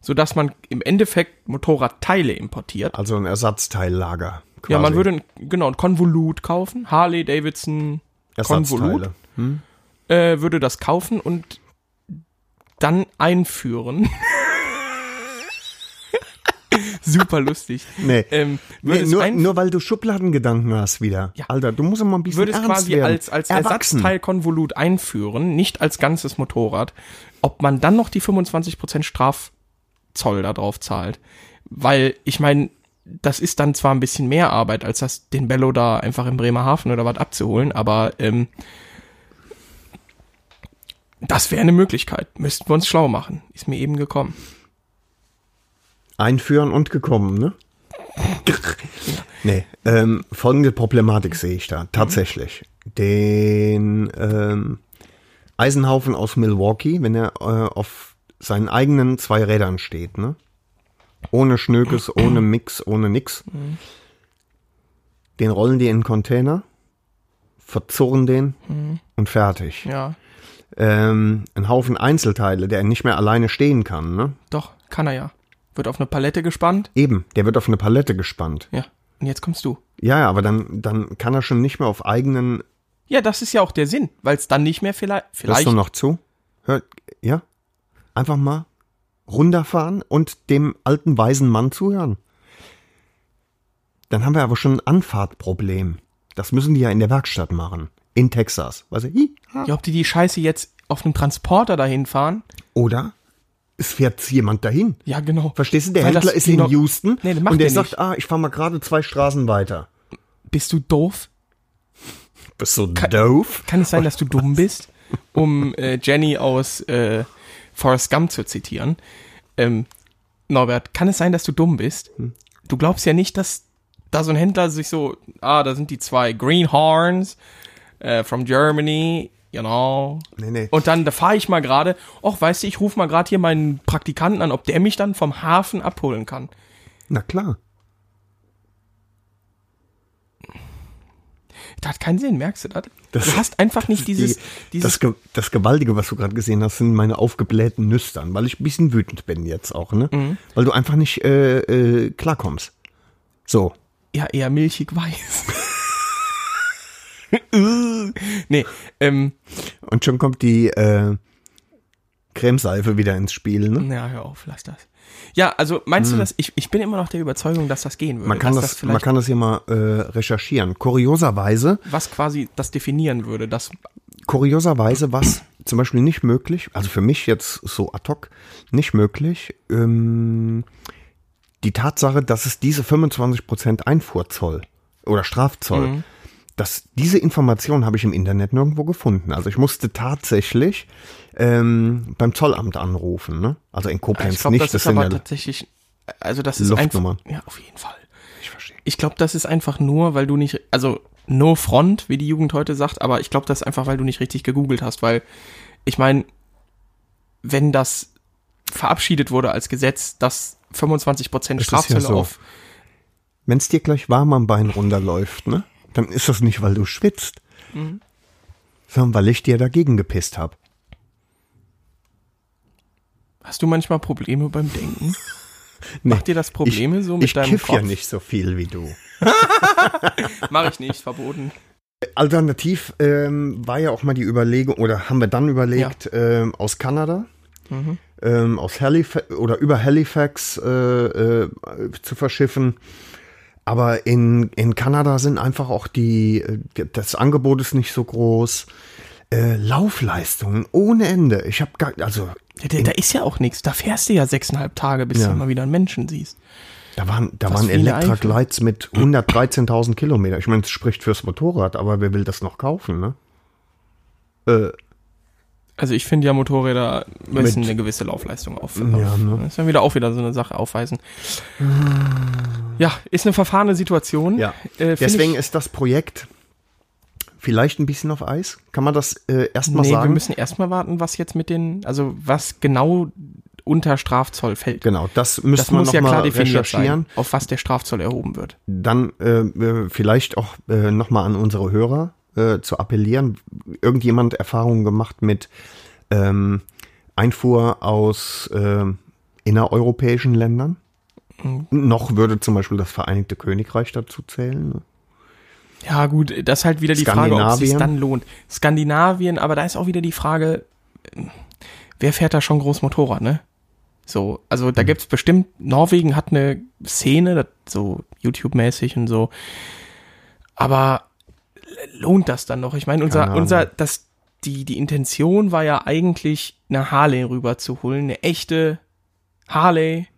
sodass man im Endeffekt Motorradteile importiert.
Also ein Ersatzteillager. Quasi.
Ja, man würde ein, genau ein Konvolut kaufen, Harley Davidson Konvolut,
Ersatzteile. Hm?
äh, würde das kaufen und dann einführen. Super lustig.
Nee.
Ähm, würde
Nee,
es
nur,
ein-
nur weil du Schubladengedanken hast wieder.
Ja.
Alter, du musst immer ein bisschen
würde es
ernst
quasi
werden.
als, als
Erwachsen.
Ersatzteilkonvolut einführen, nicht als ganzes Motorrad, ob man dann noch die 25% Strafzoll da drauf zahlt. Weil, ich meine, das ist dann zwar ein bisschen mehr Arbeit, als das den Bello da einfach in Bremerhaven oder was abzuholen, aber ähm, das wäre eine Möglichkeit. Müssten wir uns schlau machen. Ist mir eben gekommen.
Einführen und gekommen, ne? nee, ähm, folgende Problematik sehe ich da tatsächlich. Den ähm, Eisenhaufen aus Milwaukee, wenn er äh, auf seinen eigenen zwei Rädern steht, ne? Ohne Schnökes, ohne Mix, ohne nix. Den rollen die in einen Container, verzurren den und fertig.
Ja,
Ähm, ein Haufen Einzelteile, der nicht mehr alleine stehen kann, ne?
doch, kann er ja. Wird auf eine Palette gespannt.
Eben, der wird auf eine Palette gespannt.
Ja, und jetzt kommst du.
Ja, ja, aber dann, dann kann er schon nicht mehr auf eigenen.
Ja, das ist ja auch der Sinn, weil es dann nicht mehr vielleicht,
Lass
vielleicht
doch noch zu. Hört, ja? Einfach mal runterfahren und dem alten weisen Mann zuhören. Dann haben wir aber schon ein Anfahrtproblem. Das müssen die ja in der Werkstatt machen. In Texas. Also, hi, ha.
Ja, ob die die Scheiße jetzt auf einem Transporter dahin fahren?
Oder es fährt jemand dahin.
Ja, genau.
Verstehst du, der
Weil das
Händler ist in
noch-
Houston
Nee, das macht
und der
der
sagt,
nicht.
ah, ich fahre mal gerade zwei Straßen weiter.
Bist du doof?
Bist so doof?
Kann es sein, dass du
Oh
dumm bist? Um äh, Jenny aus äh, Forrest Gump zu zitieren. Ähm, Norbert, kann es sein, dass du dumm bist?
Hm.
Du glaubst ja nicht, dass da so ein Händler sich so, ah, da sind die zwei Greenhorns äh, from Germany, you know.
Nee, nee.
Und dann, da fahre ich mal gerade, ach, weißt du, ich rufe mal gerade hier meinen Praktikanten an, ob der mich dann vom Hafen abholen kann.
Na klar.
Das hat keinen Sinn, merkst du das?
Das-
du hast einfach nicht dieses,
die, das,
dieses
Ge das Gewaltige, was du gerade gesehen hast, sind meine aufgeblähten Nüstern, weil ich ein bisschen wütend bin jetzt auch, ne?
Mhm.
Weil du einfach nicht äh, äh, klarkommst. So.
ja, eher milchig weiß. nee, ähm,
Und schon kommt die äh, Cremeseife wieder ins Spiel, ne?
ja, hör auf, lass das. Ja, also meinst du das? Ich, ich bin immer noch der Überzeugung, dass das gehen würde.
Hm. Man kann
dass
das, man kann das hier mal äh, recherchieren. Kurioserweise,
was quasi das definieren würde, dass
kurioserweise was zum Beispiel nicht möglich, also für mich jetzt so ad hoc nicht möglich, ähm, die Tatsache, dass es diese 25% Einfuhrzoll oder Strafzoll,
Mhm.
dass diese Information habe ich im Internet nirgendwo gefunden. Also ich musste tatsächlich ähm, beim Zollamt anrufen, ne? Also in Koblenz
ich glaube,
nicht,
das, ist
sind
aber
ja,
tatsächlich, also das ist
Luftnummern.
einfach, ja, auf jeden Fall.
ich verstehe.
Ich glaube, das ist einfach nur, weil du nicht, also no front, wie die Jugend heute sagt, aber ich glaube, das ist einfach, weil du nicht richtig gegoogelt hast, weil ich meine, wenn das verabschiedet wurde als Gesetz, dass 25%
Es ist ja
Strafzölle
so.
auf.
Wenn es dir gleich warm am Bein runterläuft, ne? Dann ist das nicht, weil du schwitzt,
Mhm.
sondern weil ich dir dagegen gepisst habe.
Hast du manchmal Probleme beim Denken?
Nee.
Macht dir das Probleme so mit
ich
deinem
kiff
Kopf?
ja nicht so viel wie du.
Mach ich nicht, verboten.
Alternativ ähm, war ja auch mal die Überlegung, oder haben wir dann überlegt, ähm, aus Kanada, ähm, aus Halifax oder über Halifax äh, äh, zu verschiffen. Aber in, in Kanada sind einfach auch die, äh, das Angebot ist nicht so groß. Äh, Laufleistungen ohne Ende. Ich habe gar, also
Ja, da, da ist ja auch nichts. Da fährst du ja sechseinhalb Tage, bis
Ja.
du mal wieder einen Menschen siehst.
Da waren, da
Was
waren
für eine
Electra
Eifel.
Glides mit 113.000 Kilometer. Ich meine, es spricht fürs Motorrad, aber wer will das noch kaufen, ne? Äh,
Also ich finde ja Motorräder müssen
Mit-
eine gewisse Laufleistung auf.
Ja, ne? Ah.
Das ist dann wieder auch wieder so eine Sache aufweisen. Ja, ist eine verfahrene Situation.
ja.
Äh, find
Deswegen
ich,
ist das Projekt vielleicht ein bisschen auf Eis. Kann man das äh, erstmal
nee, wir
sagen?
müssen erstmal warten, was jetzt mit den, also was genau unter Strafzoll fällt.
Genau, das müsste
Das
man
muss
noch
ja
mal
klar definiert
recherchieren.
sein, auf was der Strafzoll erhoben wird.
Dann äh, äh, vielleicht auch äh, nochmal an unsere Hörer äh, zu appellieren. Irgendjemand Erfahrungen gemacht mit ähm, Einfuhr aus ähm, innereuropäischen Ländern.
Mhm.
Noch würde zum Beispiel das Vereinigte Königreich dazu zählen. ne?
Ja, gut, das ist halt wieder die Frage, ob es sich
Skandinavien.
dann lohnt. Skandinavien, aber da ist auch wieder die Frage, ähm, wer fährt da schon groß Motorrad, ne? So, also da gibt's bestimmt, Norwegen hat eine Szene, das so YouTube-mäßig und so. Aber lohnt das dann noch? Ich meine,
Keine
unser,
Ahnung.
unser, das, die, die Intention war ja eigentlich, eine Harley rüberzuholen, eine echte Harley.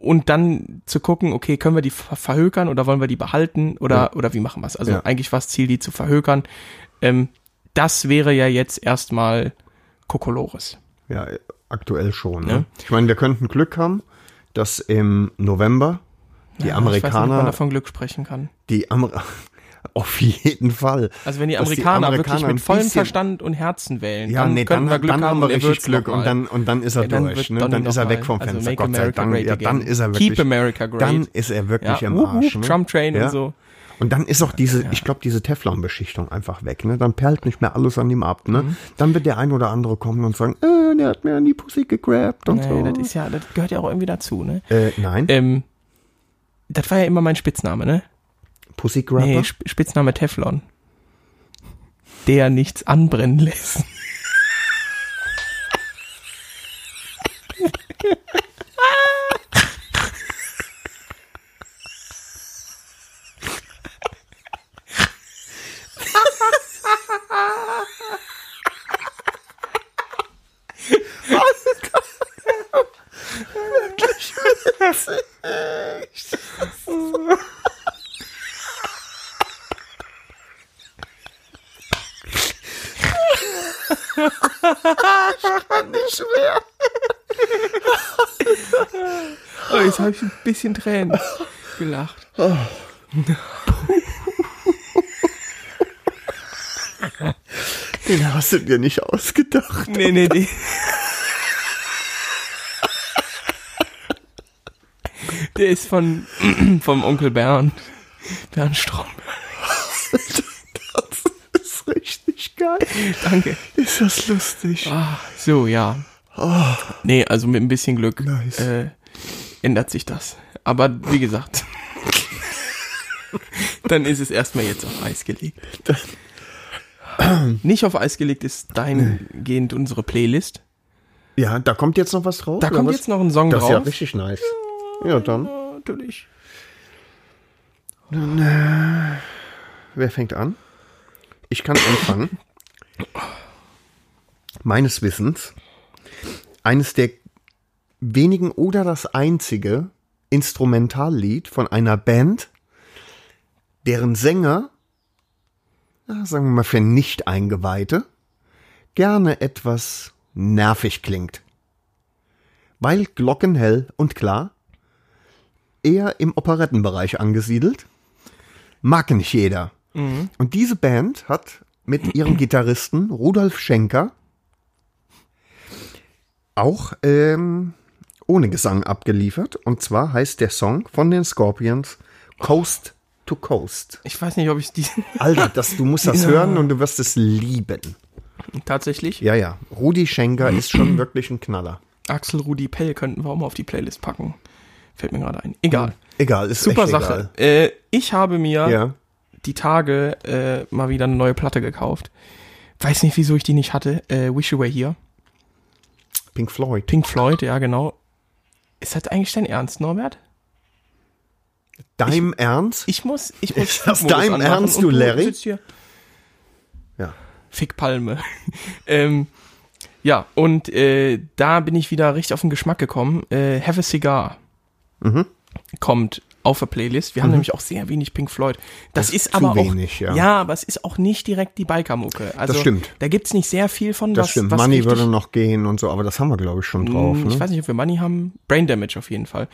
Und dann zu gucken, okay, können wir die ver verhökern oder wollen wir die behalten oder, oder wie machen wir es? Also
Ja.
eigentlich war das Ziel, die zu verhökern. Ähm, das wäre ja jetzt erstmal Kokolores.
Ja, äh, aktuell schon. Ne?
Ja.
Ich meine, wir könnten Glück haben, dass im November die
Ja, Also Ich weiß nicht, ob man
Amerikaner,
davon Glück sprechen kann.
die Amer auf jeden Fall.
Also wenn die
Dass die
Amerikaner,
Amerikaner
wirklich
ein
mit vollem
bisschen-
Verstand und Herzen wählen,
Ja,
dann
nee,
könnten
dann,
wir Glück
dann haben
haben
wir
und er
richtig
wird's
Glück
noch
und
mal.
dann, und dann ist er
Ja, dann
durch.
wird
Ne?
Donny
Dann ist er
noch
weg
mal.
vom
Also
Fenster,
make
Gott sei
America
Dank.
great
Ja, dann
again.
ist er
Keep
wirklich,
America great.
dann ist er wirklich
Ja,
am
wuhu,
Arsch. Ne?
Trump Train und so.
Und dann ist auch diese, ich glaube, diese Teflon-Beschichtung einfach weg. Ne? Dann perlt nicht mehr alles an ihm ab. Ne?
Mhm.
Dann wird der ein oder andere kommen und sagen, äh, der hat mir an die Pussy gegrabt und
Nee,
so.
das ist ja, das gehört ja auch irgendwie dazu, ne?
äh, nein,
Ähm, das war ja immer mein Spitzname, ne?
Pussy Grabber?
Nee, Sp Spitzname Teflon. Der nichts anbrennen lässt. Oh, jetzt habe ich ein bisschen Tränen gelacht.
Den hast du dir nicht ausgedacht.
Nee, nee, nee. Der ist von vom Onkel Bernd. Bernd Strom.
Das ist richtig geil.
Danke.
Ist das lustig?
Ah, so, ja. Nee, also mit ein bisschen Glück
Nice.
äh, ändert sich das. Aber wie gesagt, dann ist es erstmal jetzt auf Eis gelegt. Nicht auf Eis gelegt ist dahingehend unsere Playlist.
Ja, da kommt jetzt noch was drauf.
Da
oder
kommt
was?
jetzt noch ein Song
Das ist ja
drauf.
richtig nice. Ja, dann.
Natürlich.
äh, Wer fängt an? Ich kann anfangen. Meines Wissens eines der wenigen oder das einzige Instrumentallied von einer Band, deren Sänger, na, sagen wir mal für Nicht-Eingeweihte, gerne etwas nervig klingt. Weil glockenhell und klar, eher im Operettenbereich angesiedelt, mag nicht jeder. Und diese Band hat mit ihrem Gitarristen Rudolf Schenker auch ähm, ohne Gesang abgeliefert. Und zwar heißt der Song von den Scorpions Coast to Coast.
Ich weiß nicht, ob ich die
Alter, das, du musst das hören und du wirst es lieben. Mhm.
tatsächlich.
Ja, ja. Rudi Schenker ist schon wirklich ein Knaller.
Axel Rudi Pell könnten wir auch mal auf die Playlist packen. Fällt mir gerade ein. Egal.
Egal, Hm. ist
Super
echt
Sache. Äh, ich habe mir
Egal. Ja.
die Tage äh, mal wieder eine neue Platte gekauft. Weiß nicht, wieso ich die nicht hatte. Äh, Wish You Were Here.
Pink Floyd.
Pink Floyd, ja, genau. Ist das eigentlich dein Ernst, Norbert?
Deinem Ernst?
Ich muss, ich muss.
Ist das
Flugmodus
dein
anmachen
Ernst,
und
du Larry?
sitzt hier.
Ja.
Fick Palme. ähm, ja, und äh, da bin ich wieder richtig auf den Geschmack gekommen. Äh, Have a Cigar
Mhm.
kommt auf der Playlist. Wir haben nämlich auch sehr wenig Pink Floyd. Das,
Das ist
ist
zu
aber
wenig,
auch,
ja.
aber es ist auch nicht direkt die Biker-Mucke. Also,
stimmt.
Da gibt's nicht sehr viel von,
Das
was,
stimmt.
was
Money
richtig-
würde noch gehen und so, aber das haben wir, glaube ich, schon drauf.
Mm,
Ne?
Ich weiß nicht, ob wir Money haben. Brain Damage auf jeden Fall.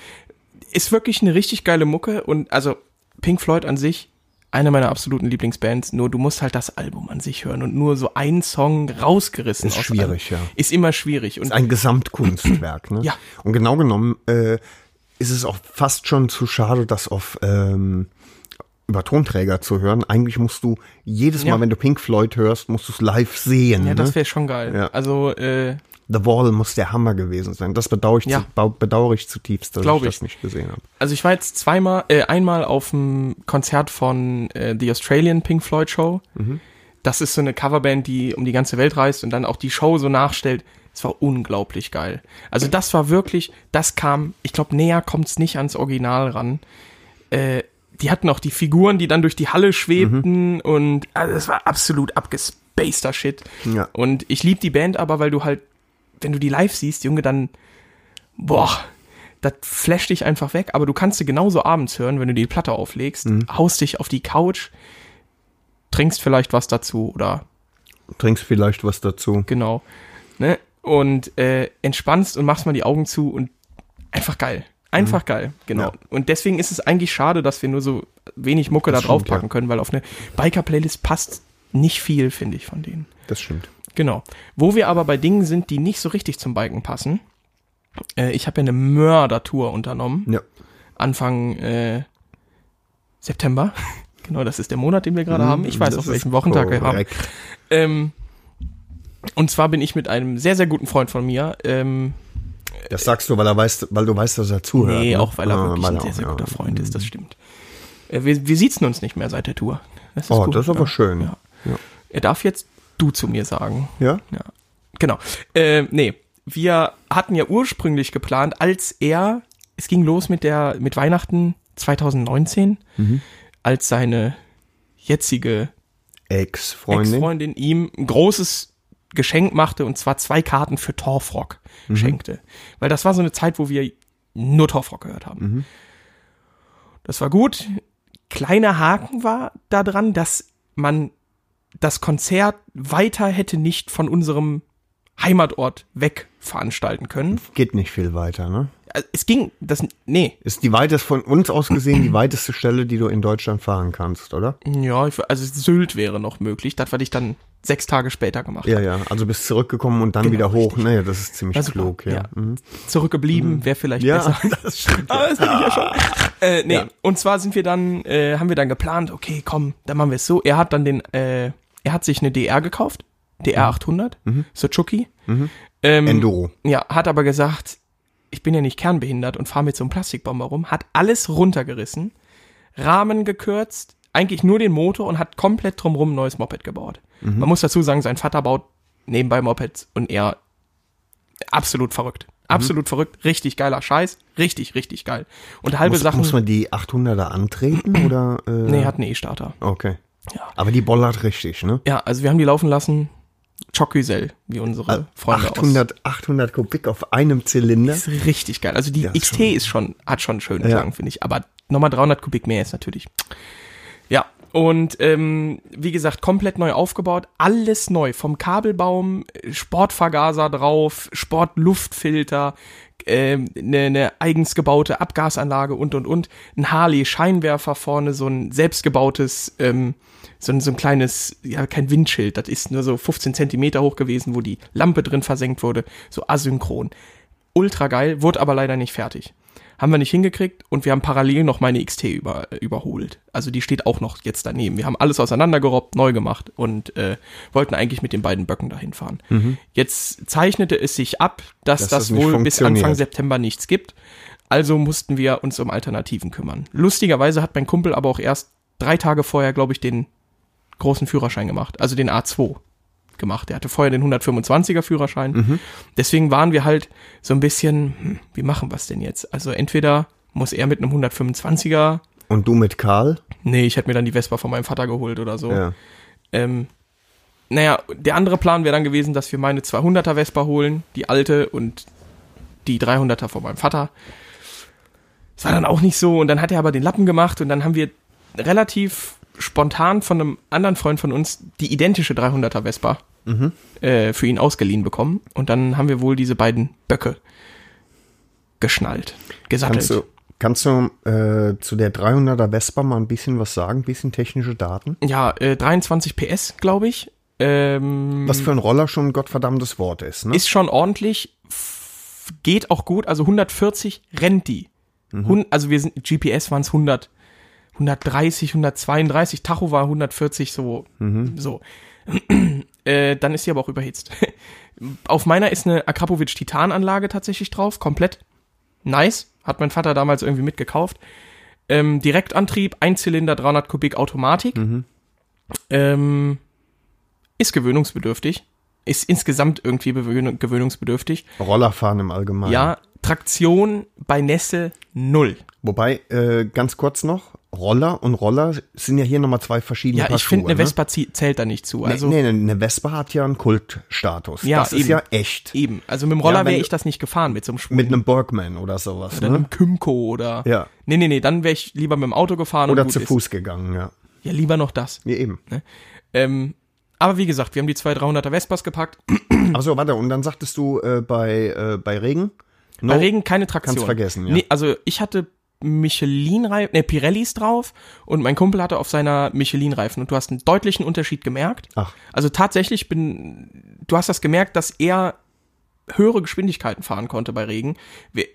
Ist wirklich eine richtig geile Mucke und also Pink Floyd an sich, eine meiner absoluten Lieblingsbands. Nur du musst halt das Album an sich hören und nur so einen Song rausgerissen.
Ist
aus
schwierig,
allem.
ja.
Ist immer schwierig. Und
ist ein Gesamtkunstwerk. Ne?
Ja.
Und genau genommen äh, ist es auch fast schon zu schade, das auf ähm, über Tonträger zu hören. Eigentlich musst du jedes Mal,
Ja.
wenn du Pink Floyd hörst, musst du es live sehen.
ja,
ne?
das wäre schon geil.
Ja.
Also äh,
The Wall muss der Hammer gewesen sein. Das bedauere ich,
Ja.
zu, bau- bedauere ich zutiefst, dass
Glaub
ich das
ich.
nicht gesehen habe.
Also ich war jetzt zweimal, äh, einmal auf dem Konzert von äh, The Australian Pink Floyd Show. Das ist so eine Coverband, die um die ganze Welt reist und dann auch die Show so nachstellt. Es war unglaublich geil. Also das war wirklich, das kam, ich glaube, näher kommt's nicht ans Original ran. Äh, die hatten auch die Figuren, die dann durch die Halle schwebten und also es war absolut abgespaceder Shit.
Ja.
Und ich lieb die Band aber, weil du halt, wenn du die live siehst, Junge, dann, boah, das flasht dich einfach weg. Aber du kannst sie genauso abends hören, wenn du die Platte auflegst,
Mhm.
haust dich auf die Couch, trinkst vielleicht was dazu oder
Trinkst vielleicht was dazu.
genau. Ne? Und äh, entspannst und machst mal die Augen zu und einfach geil. Einfach geil, genau.
Mhm. Ja.
Und deswegen ist es eigentlich schade, dass wir nur so wenig Mucke
Das
da
stimmt,
draufpacken
ja.
können, weil auf eine Biker-Playlist passt nicht viel, finde ich, von denen.
Das stimmt.
Genau. Wo wir aber bei Dingen sind, die nicht so richtig zum Biken passen. Äh, ich habe ja eine Mördertour unternommen.
Ja.
Anfang äh, September. genau, das ist der Monat, den wir gerade haben. Ähm, Ich weiß
Mhm, Hm, Das
auch,
ist
welchen Wochentag wir haben.
korrekt.
Ähm, und zwar bin ich mit einem sehr, sehr guten Freund von mir. Ähm,
Das sagst du, weil er weiß, weil du weißt, dass er zuhört.
nee,
ne?
auch weil er
Ah,
wirklich ein
auch,
sehr, sehr
ja. Mhm.
guter Freund ist, das stimmt. Äh, wir, wir siezen uns nicht mehr seit der Tour. Das
Oh,
gut,
das ist aber
ja.
schön.
Ja.
Ja.
Er darf jetzt du zu mir sagen.
Ja?
Ja, genau. Äh, nee, wir hatten ja ursprünglich geplant, als er, es ging los mit der, mit Weihnachten 2019, als seine jetzige
Ex-Freundin.
Ex-Freundin ihm ein großes Geschenk machte und zwar zwei Karten für Torfrock schenkte. Weil das war so eine Zeit, wo wir nur Torfrock gehört haben. Das war gut. Kleiner Haken war daran, dass man das Konzert weiter hätte nicht von unserem Heimatort weg veranstalten können.
Geht nicht viel weiter, ne?
Also Es ging, das, nee,
Ist die weiteste, von uns aus gesehen, die weiteste Stelle, die du in Deutschland fahren kannst, oder?
ja, ich, also Sylt wäre noch möglich. Das, was ich dann sechs Tage später gemacht
Ja, ja. Also bist zurückgekommen und dann wieder hoch. Naja, das ist ziemlich
Genau, Ja, super.
klug, ja.
Ja. Mhm. Zurückgeblieben wäre vielleicht
Ja,
besser.
das stimmt.
Ah, das bin ich ja schon. Äh, nee.
Ja.
Und zwar sind wir dann, äh, haben wir dann geplant, okay, komm, dann machen wir es so. Er hat dann den, äh, er hat sich eine DR gekauft, DR 800, Suzuki. Ähm,
Enduro.
Ja, hat aber gesagt, ich bin ja nicht kernbehindert und fahre mit so einem Plastikbomber rum, hat alles runtergerissen, Rahmen gekürzt, eigentlich nur den Motor und hat komplett drumrum ein neues Moped gebaut.
Mhm.
Man muss dazu sagen, sein Vater baut nebenbei Mopeds und er absolut verrückt.
Mhm.
Absolut verrückt, richtig geiler Scheiß, richtig, richtig geil. Und halbe
Muss,
Sachen.
muss man die 800er antreten oder? Äh,
nee, hat einen E-Starter.
Okay.
Ja.
Aber die bollert richtig, ne?
Ja, also wir haben die laufen lassen. Chocuzel, wie
Ah,
unsere Freunde aus
800, 800 Kubik auf einem Zylinder.
ist richtig geil. Also die
Ja, ist
XT
schon-
ist schon, hat schon einen schönen
Ja.
Klang, finde ich. Aber nochmal 300 Kubik mehr ist natürlich. Ja, und ähm, wie gesagt, komplett neu aufgebaut. Alles neu. Vom Kabelbaum, äh, Sportvergaser drauf, Sportluftfilter, ähm, eine ne eigens gebaute Abgasanlage und, und, und. Ein Harley-Scheinwerfer vorne, so ein selbstgebautes, ähm, so, ein, so ein kleines, ja, kein Windschild. Das ist nur so 15 Zentimeter hoch gewesen, wo die Lampe drin versenkt wurde. So asynchron ultra geil, wurde aber leider nicht fertig. Haben wir nicht hingekriegt und wir haben parallel noch meine XT über, überholt. Also die steht auch noch jetzt daneben. Wir haben alles auseinandergerobbt, neu gemacht und äh, wollten eigentlich mit den beiden Böcken dahin fahren. Jetzt zeichnete es sich ab, dass das
Dass das nicht
wohl bis
funktioniert.
Anfang September nichts gibt. Also mussten wir uns um Alternativen kümmern. Lustigerweise hat mein Kumpel aber auch erst drei Tage vorher, glaube ich, den großen Führerschein gemacht, also den A2 gemacht. Er hatte vorher den 125er Führerschein. Deswegen waren wir halt so ein bisschen, hm, wie machen wir es denn jetzt? Also entweder muss er mit einem 125er,
Und du mit Karl?
nee, ich hätte mir dann die Vespa von meinem Vater geholt oder so.
Ja.
Ähm, naja, der andere Plan wäre dann gewesen, dass wir meine 200er Vespa holen, die alte und die 300er von meinem Vater. Das war dann auch nicht so und dann hat er aber den Lappen gemacht und dann haben wir relativ spontan von einem anderen Freund von uns die identische 300er Vespa
Mhm.
äh, für ihn ausgeliehen bekommen und dann haben wir wohl diese beiden Böcke geschnallt, gesattelt.
Kannst du, kannst du äh, zu der 300er Vespa mal ein bisschen was sagen? Ein bisschen technische Daten?
Ja, äh, 23 PS, glaube ich. Ähm,
Was für ein Roller schon ein gottverdammtes Wort ist, ne?
ist schon ordentlich, f- geht auch gut, also 140 rennt die. Hun- Also wir sind, GPS waren es 100, 130, 132, Tacho war 140, so, so. Äh, dann ist sie aber auch überhitzt. Auf meiner ist eine Akrapovic Titananlage tatsächlich drauf, komplett nice. Hat mein Vater damals irgendwie mitgekauft. Ähm, Direktantrieb, Einzylinder, 300 Kubik Automatik. Ähm, ist gewöhnungsbedürftig. Ist insgesamt irgendwie bewöhn- gewöhnungsbedürftig.
Rollerfahren im Allgemeinen.
Ja, Traktion bei Nässe null.
Wobei, äh, ganz kurz noch, Roller und Roller sind ja hier nochmal zwei verschiedene
Ja,
Paar
ich finde,
Schuhe,
eine Vespa zie- zählt da nicht zu.
Ne?
Also
nee, nee, eine Vespa hat ja einen Kultstatus.
Ja,
das ist
eben.
ja echt.
eben. Also mit dem Roller
Ja, wenn
wäre
du-
ich das nicht gefahren, mit so einem Schwung.
Mit einem Borgman oder sowas.
Oder
Ne?
einem Kymco oder.
Ja.
Nee, nee, nee, dann wäre ich lieber mit dem Auto gefahren.
Oder
gut
zu
ist.
Fuß gegangen, ja.
Ja, lieber noch das.
Ja, eben.
Ähm, aber wie gesagt, wir haben die zwei 300er Vespas gepackt.
Achso, warte, und dann sagtest du äh, bei, äh, bei Regen? No,
Bei Regen keine Traktion.
kannst vergessen, ja.
Nee, also ich hatte Michelin-Reifen, ne, Pirellis drauf und mein Kumpel hatte auf seiner Michelin-Reifen und du hast einen deutlichen Unterschied gemerkt.
Ach,
Also tatsächlich bin, du hast das gemerkt, dass er höhere Geschwindigkeiten fahren konnte bei Regen. Wir,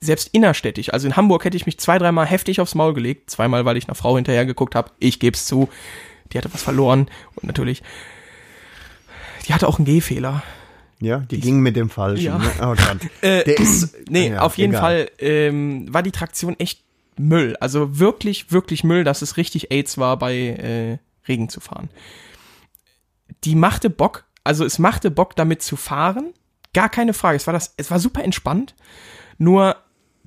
selbst innerstädtisch, also in Hamburg hätte ich mich zwei, dreimal heftig aufs Maul gelegt. Zweimal, weil ich einer Frau hinterher geguckt habe. Ich geb's zu. Die hatte was verloren und natürlich, die hatte auch einen Gehfehler.
ja, die ging mit dem Falschen.
Ja. Äh,
Ne? Oh Gott. Der ist.
Nee,
Hm. ja,
auf jeden
egal.
Fall ähm, war die Traktion echt Müll. Also wirklich, wirklich Müll, dass es richtig AIDS war, bei äh, Regen zu fahren. Die machte Bock, also es machte Bock, damit zu fahren. Gar keine Frage. Es war, das, es war super entspannt. Nur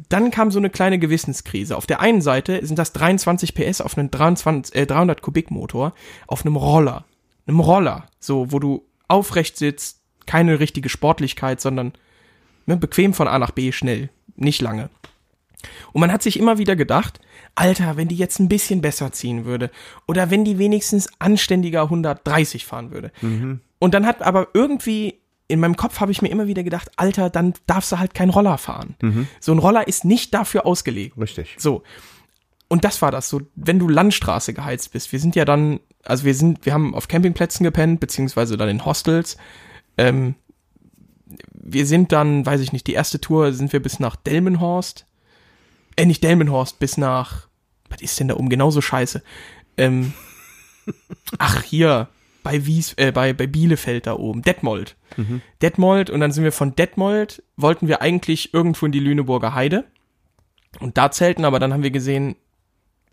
dann kam so eine kleine Gewissenskrise. Auf der einen Seite sind das 23 PS auf einem 23, äh, 300 Kubik Motor auf einem Roller. Einem Roller. So, wo du aufrecht sitzt, keine richtige Sportlichkeit, sondern Ne, bequem von A nach B, schnell, nicht lange. Und man hat sich immer wieder gedacht, Alter, wenn die jetzt ein bisschen besser ziehen würde oder wenn die wenigstens anständiger 130 fahren würde. Und dann hat aber irgendwie in meinem Kopf habe ich mir immer wieder gedacht, Alter, dann darfst du halt keinen Roller fahren. So ein Roller ist nicht dafür ausgelegt.
Richtig.
So. Und das war das so, wenn du Landstraße geheizt bist. Wir sind ja dann, also wir sind, wir haben auf Campingplätzen gepennt, beziehungsweise dann in Hostels. Ähm, wir sind dann, weiß ich nicht, die erste Tour sind wir bis nach Delmenhorst. Äh, nicht Delmenhorst, bis nach, was ist denn da um? Genauso scheiße. Ähm, ach, hier, bei Wies, äh, bei, bei Bielefeld da oben, Detmold. Detmold, und dann sind wir von Detmold, wollten wir eigentlich irgendwo in die Lüneburger Heide. Und da zelten, aber dann haben wir gesehen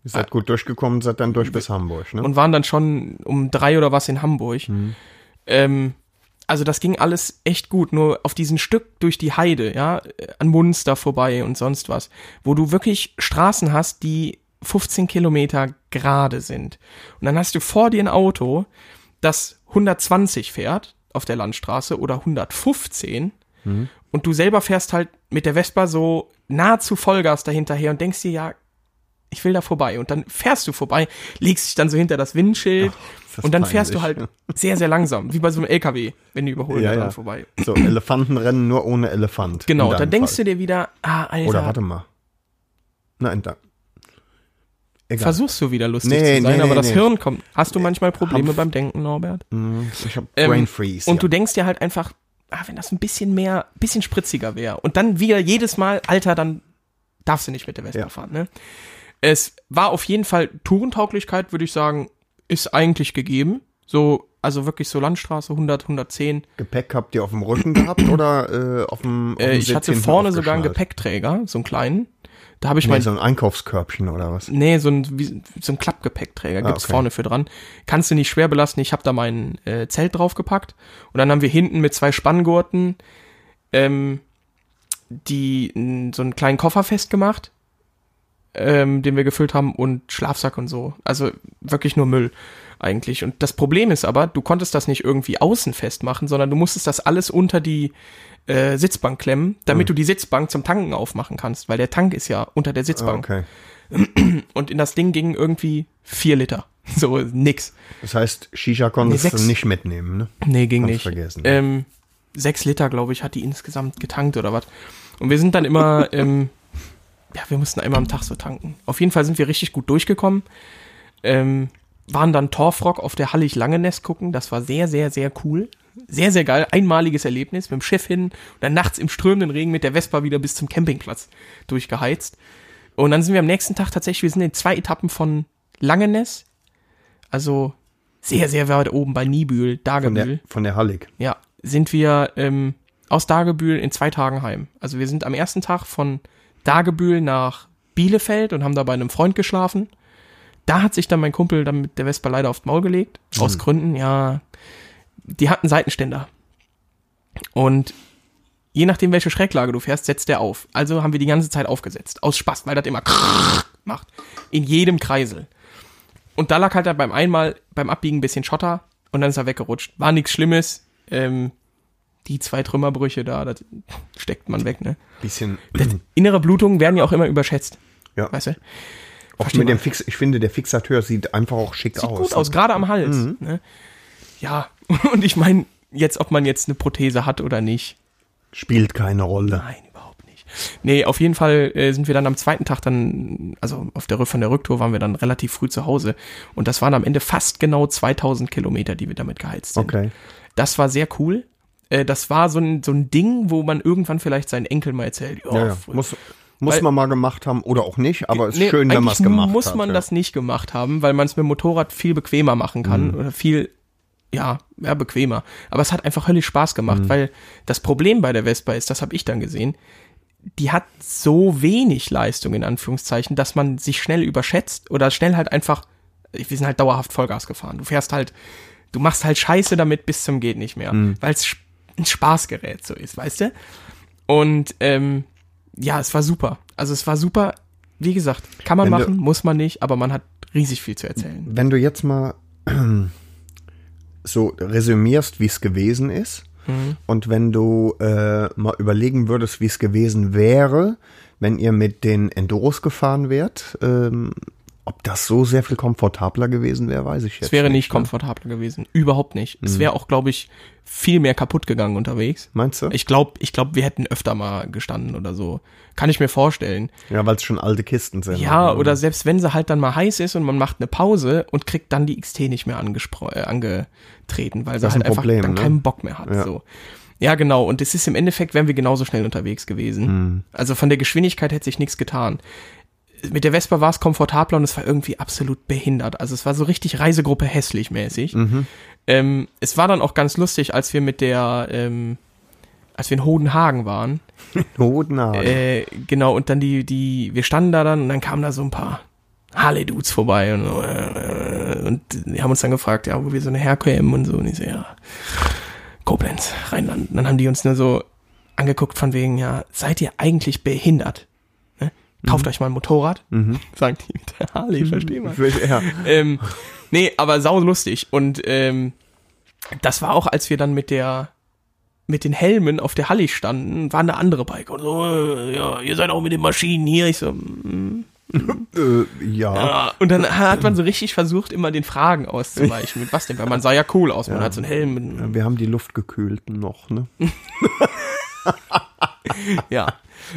Ihr seid gut durchgekommen, seid dann durch bis Hamburg, ne?
Ah. und waren dann schon um drei oder was in Hamburg. Ähm, also das ging alles echt gut, nur auf diesem Stück durch die Heide, ja, äh, an Munster vorbei und sonst was, wo du wirklich Straßen hast, die 15 Kilometer gerade sind. Und dann hast du vor dir ein Auto, das 120 fährt auf der Landstraße oder 115 und du selber fährst halt mit der Vespa so nahezu Vollgas dahinterher und denkst dir, ja, ich will da vorbei. Und dann fährst du vorbei, legst dich dann so hinter das Windschild
das
und dann fährst du
peinlich.
halt sehr, sehr langsam, wie bei so einem LKW, wenn die überholen
Ja,
ja,
ja.
dann vorbei.
So, Elefantenrennen nur ohne Elefant.
Genau, dann denkst du dir wieder, ah, Alter,
Oder warte mal. Nein, da. Egal.
versuchst du wieder lustig
Nee,
zu sein,
nee,
aber
nee, Äh,
das
nee.
Hirn kommt. Hast du manchmal Probleme
Hanf.
beim Denken, Norbert?
Hm, Ich hab
Ähm,
Brain Freeze.
Und
ja.
du denkst dir halt einfach, ah, wenn das ein bisschen mehr, bisschen spritziger wäre. Und dann wieder jedes Mal, Alter, dann darfst du nicht mit der Vespa
Ja.
fahren, ne? Es war auf jeden Fall Tourentauglichkeit, würde ich sagen, ist eigentlich gegeben. So, also wirklich so Landstraße 100, 110.
Gepäck habt ihr auf dem Rücken gehabt oder äh, auf dem auf
Äh,
dem
ich
Sitz
hatte
hinten
vorne sogar einen
aufgeschnallt?
Gepäckträger, so einen kleinen. Da habe ich
Nee,
mein
so ein Einkaufskörbchen oder was?
Nee, so ein, wie, so ein Klappgepäckträger gibt's
Ah, okay.
vorne für dran. Kannst du nicht schwer belasten. Ich habe da mein äh, Zelt draufgepackt. Und dann haben wir hinten mit zwei Spanngurten ähm, die, n, so einen kleinen Koffer festgemacht, ähm, den wir gefüllt haben und Schlafsack und so. Also wirklich nur Müll eigentlich. Und das Problem ist aber, du konntest das nicht irgendwie außen festmachen, sondern du musstest das alles unter die äh, Sitzbank klemmen, damit du die Sitzbank zum Tanken aufmachen kannst, weil der Tank ist ja unter der
Mhm. Ah,
Sitzbank
okay.
und in das Ding gingen irgendwie vier Liter. So, nix.
Das heißt, Shisha konntest
Nee,
du
sechs.
nicht mitnehmen, ne?
Nee, ging
Hab's
nicht.
vergessen.
Ähm, sechs Liter, glaube ich, hat die insgesamt getankt oder was. Und wir sind dann immer, ähm, ja, wir mussten einmal am Tag so tanken. Auf jeden Fall sind wir richtig gut durchgekommen. Ähm, waren dann Torfrock auf der Hallig Langenest gucken. Das war sehr, sehr, sehr cool. Sehr, sehr geil. Einmaliges Erlebnis mit dem Schiff hin und dann nachts im strömenden Regen mit der Vespa wieder bis zum Campingplatz durchgeheizt. Und dann sind wir am nächsten Tag tatsächlich, wir sind in zwei Etappen von Langeness, also sehr, sehr weit oben bei Niebühl,
Von der,
Dagebühl.
von der Hallig.
Ja, sind wir ähm, aus Dagebühl in zwei Tagen heim. Also wir sind am ersten Tag von Dagebühl nach Bielefeld und haben da bei einem Freund geschlafen. Da hat sich dann mein Kumpel dann mit der Vespa leider aufs Maul gelegt. Aus Gründen, ja. Die hatten Seitenständer. Und je nachdem, welche Schräglage du fährst, setzt der auf. Also haben wir die ganze Zeit aufgesetzt. Aus Spaß, weil das immer macht. In jedem Kreisel. Und da lag halt dann beim einmal, beim Abbiegen ein bisschen Schotter und dann ist er weggerutscht. War nichts Schlimmes. Ähm, die zwei Trümmerbrüche da, das steckt man weg, ne?
Bisschen.
Innere Blutungen werden ja auch immer überschätzt,
Ja.
weißt du?
Auch mit dem Fix, ich finde, der Fixateur sieht einfach auch schick
Sieht
aus.
gut aus, gerade am Hals.
Mhm.
Ne? Ja, und ich meine, jetzt, ob man jetzt eine Prothese hat oder nicht,
Spielt keine Rolle.
Nein, überhaupt nicht. Nee, auf jeden Fall äh, sind wir dann am zweiten Tag dann, also auf der Rück- von der Rücktour waren wir dann relativ früh zu Hause und das waren am Ende fast genau 2000 Kilometer, die wir damit geheizt sind.
Okay.
Das war sehr cool. Äh, das war so ein, so ein Ding, wo man irgendwann vielleicht seinen Enkel mal erzählt.
Ja, ja.
früher-
Muss, muss
Weil-
man mal gemacht haben oder auch nicht, aber ist
Nee,
schön, wenn man es
eigentlich
gemacht
muss
hat.
man
ja. Mhm.
das nicht gemacht haben, weil man es mit dem Motorrad viel bequemer machen kann oder viel, ja, ja, bequemer. Aber es hat einfach höllisch Spaß gemacht,
Mhm.
weil das Problem bei der Vespa ist, das habe ich dann gesehen, die hat so wenig Leistung in Anführungszeichen, dass man sich schnell überschätzt oder schnell halt einfach, wir sind halt dauerhaft Vollgas gefahren. Du fährst halt, du machst halt Scheiße damit bis zum geht nicht mehr,
Mhm.
weil es ein Spaßgerät so ist, weißt du? Und ähm, ja, es war super. Also es war super. Wie gesagt, kann man
Wenn du- Mhm.
machen, muss man nicht, aber man hat riesig viel zu erzählen.
Wenn du jetzt mal so resümierst, wie es gewesen ist,
Mhm.
und wenn du äh, mal überlegen würdest, wie es gewesen wäre, wenn ihr mit den Enduros gefahren wärt, ähm, ob das so sehr viel komfortabler gewesen wäre, weiß ich jetzt.
Es wäre nicht komfortabler gewesen. Überhaupt nicht.
Mhm.
Es wäre auch, glaube ich, viel mehr kaputt gegangen unterwegs.
Meinst du?
Ich glaube, ich glaub, wir hätten öfter mal gestanden oder so. Kann ich mir vorstellen.
ja, weil es schon alte Kisten sind. ne?
Ja, oder selbst wenn sie halt dann mal heiß ist und man macht eine Pause und kriegt dann die XT nicht mehr angespro- äh, angetreten, weil sie
Das ist
halt
ein
einfach
Problem,
dann
ne?
keinen Bock mehr hat.
Ja.
So. Ja, genau. Und es ist im Endeffekt, wären wir genauso schnell unterwegs gewesen.
Hm.
Also von der Geschwindigkeit hätte sich nichts getan. Mit der Vespa war es komfortabler und es war irgendwie absolut behindert. Also es war so richtig Reisegruppe hässlich mäßig.
Mhm.
Ähm, es war dann auch ganz lustig, als wir mit der, ähm, als wir in Hodenhagen waren,
Hodenhagen.
äh, genau, und dann die, die, wir standen da dann und dann kamen da so ein paar Harley-Dudes vorbei und, äh, und die haben uns dann gefragt, ja, wo wir so eine herkämen und so. Und ich so, ja, Koblenz, Rheinland. Und dann haben die uns nur so angeguckt von wegen, ja, seid ihr eigentlich behindert? Ne? Kauft euch mal ein Motorrad, sagt die mit der Harley, versteh mal
ja.
ähm, nee, aber saulustig. Und ähm, das war auch, als wir dann mit der mit den Helmen auf der Hallig standen, war eine andere Bike. Und so, äh, ja, ihr seid auch mit den Maschinen hier. Ich so,
Äh, ja.
ah. Und dann hat man so richtig versucht, immer den Fragen auszuweichen. Mit was denn? Weil man sah ja cool aus. Man hat so einen Helm. Mit,
Wir haben die Luftgekühlten noch, ne?
ja.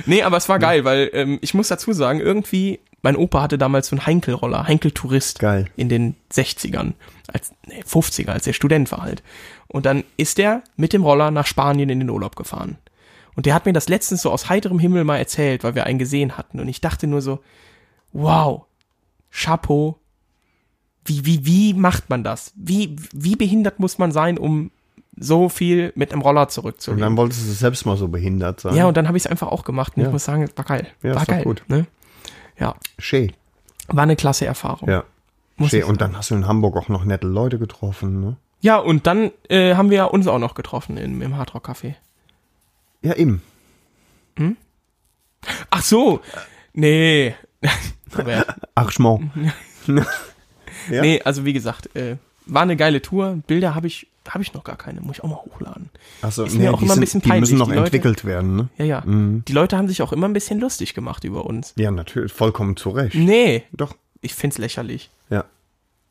Nee, aber es war geil, weil ähm, ich muss dazu sagen, irgendwie, mein Opa hatte damals so einen Heinkel-Roller, Heinkel-Tourist.
Geil.
in den 60ern, als nee, 50er, als der Student war halt. Und dann ist er mit dem Roller nach Spanien in den Urlaub gefahren. Und der hat mir das letztens so aus heiterem Himmel mal erzählt, weil wir einen gesehen hatten. Und ich dachte nur so, wow, Chapeau, wie, wie, wie macht man das? Wie, wie behindert muss man sein, um so viel mit einem Roller
Und
zurückzulegen?
dann wolltest du selbst mal so behindert sein.
Mhm. Ja, und dann habe ich es einfach auch gemacht und
Ja.
ich muss sagen, es war geil.
Ja,
war
ist doch
geil.
gut.
Ne? Ja,
Schön.
war eine klasse Erfahrung.
Ja.
muss
Schön.
ich
Und dann hast du in Hamburg auch noch nette Leute getroffen, ne?
Ja, und dann äh, haben wir uns auch noch getroffen im, im Hardrock Café.
Ja, eben.
Ach so. Nee. Aber,
Arschmont.
Mhm.
Ja.
Nee, also wie gesagt, äh, war eine geile Tour. Bilder habe ich habe ich noch gar keine, muss ich auch mal hochladen.
Achso,
Ist mir auch
Also, die,
immer ein
sind,
bisschen
die müssen
peinlich,
noch
die Leute.
entwickelt werden, ne?
Ja, ja. Die Leute haben sich auch immer ein bisschen lustig gemacht über uns.
Ja, natürlich. Vollkommen zu Recht.
Nee,
Doch.
ich find's lächerlich.
Ja.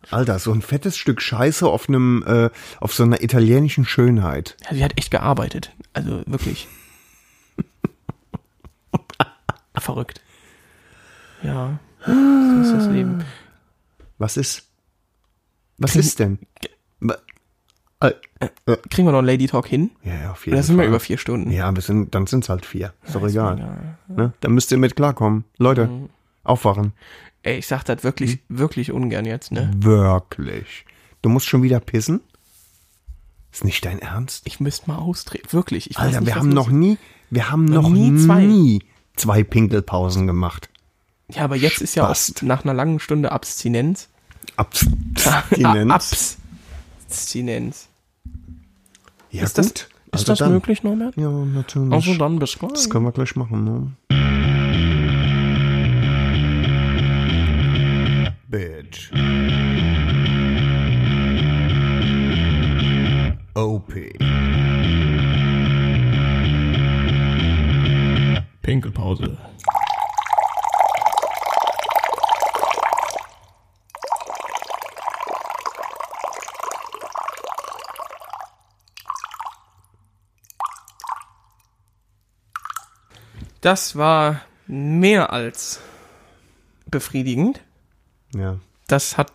Alter, so ein fettes Stück Scheiße auf einem, äh, auf so einer italienischen Schönheit.
Ja, die hat echt gearbeitet. Also wirklich. Verrückt. Ja. So ist das Leben.
Was ist? Was ist denn? Wa- Äh,
Kriegen wir noch einen Lady Talk hin?
ja, ja, auf jeden
Oder sind wir
Fall.
über vier Stunden?
ja, wir sind, dann sind's halt vier. Ist doch egal. Ne? Da müsst ihr mit klarkommen. Leute,
Mhm.
aufwachen.
Ey, ich sag das
Mhm.
wirklich, wirklich ungern jetzt, ne?
Wirklich. Du musst schon wieder pissen? Ist nicht dein Ernst?
Ich müsste mal austreten. Wirklich. Ich weiß
Alter,
nicht,
wir
was
haben
los
noch nie, wir haben noch
nie
nie
zwei.
zwei, Pinkelpausen gemacht.
ist. Ja, aber jetzt ist ja auch
Spast.
nach einer langen Stunde Abstinenz. Ah,
Abstinenz.
Abstinenz.
Ja,
Ist das,
gut.
ist
Also
das
dann.
möglich, Norbert?
Ja, natürlich.
Also dann bis gleich.
das können wir gleich machen. Ne?
Bitch. OP.
Pinkelpause. Das war mehr als befriedigend.
Ja.
Das hat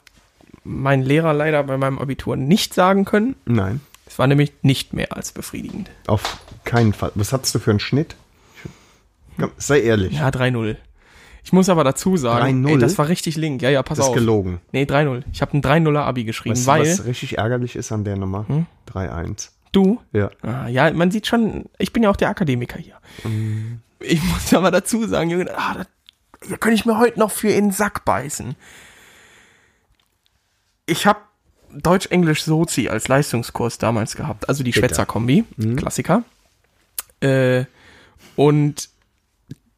mein Lehrer leider bei meinem Abitur nicht sagen können.
Nein,
Es war nämlich nicht mehr als befriedigend.
auf keinen Fall. Was hattest du für einen Schnitt? Komm, sei ehrlich.
Ja, 3-0. Ich muss aber dazu sagen,
3-0?
ey, das war richtig link. Ja, ja, pass
Das ist
auf.
gelogen.
Nee, 3-0. Ich habe ein 3-0er Abi geschrieben,
Weißt du,
weil Hm?
was richtig ärgerlich ist an der Nummer? 3-1.
du,
Ja.
ah, ja, man sieht schon, ich bin ja auch der Akademiker hier. Ich muss aber dazu sagen, Junge, ah, das, hier könnte ich mir heute noch für in den Sack beißen. Ich habe Deutsch-Englisch-Sozi als Leistungskurs damals gehabt, also die Schwätzer-Kombi, Klassiker. Äh, und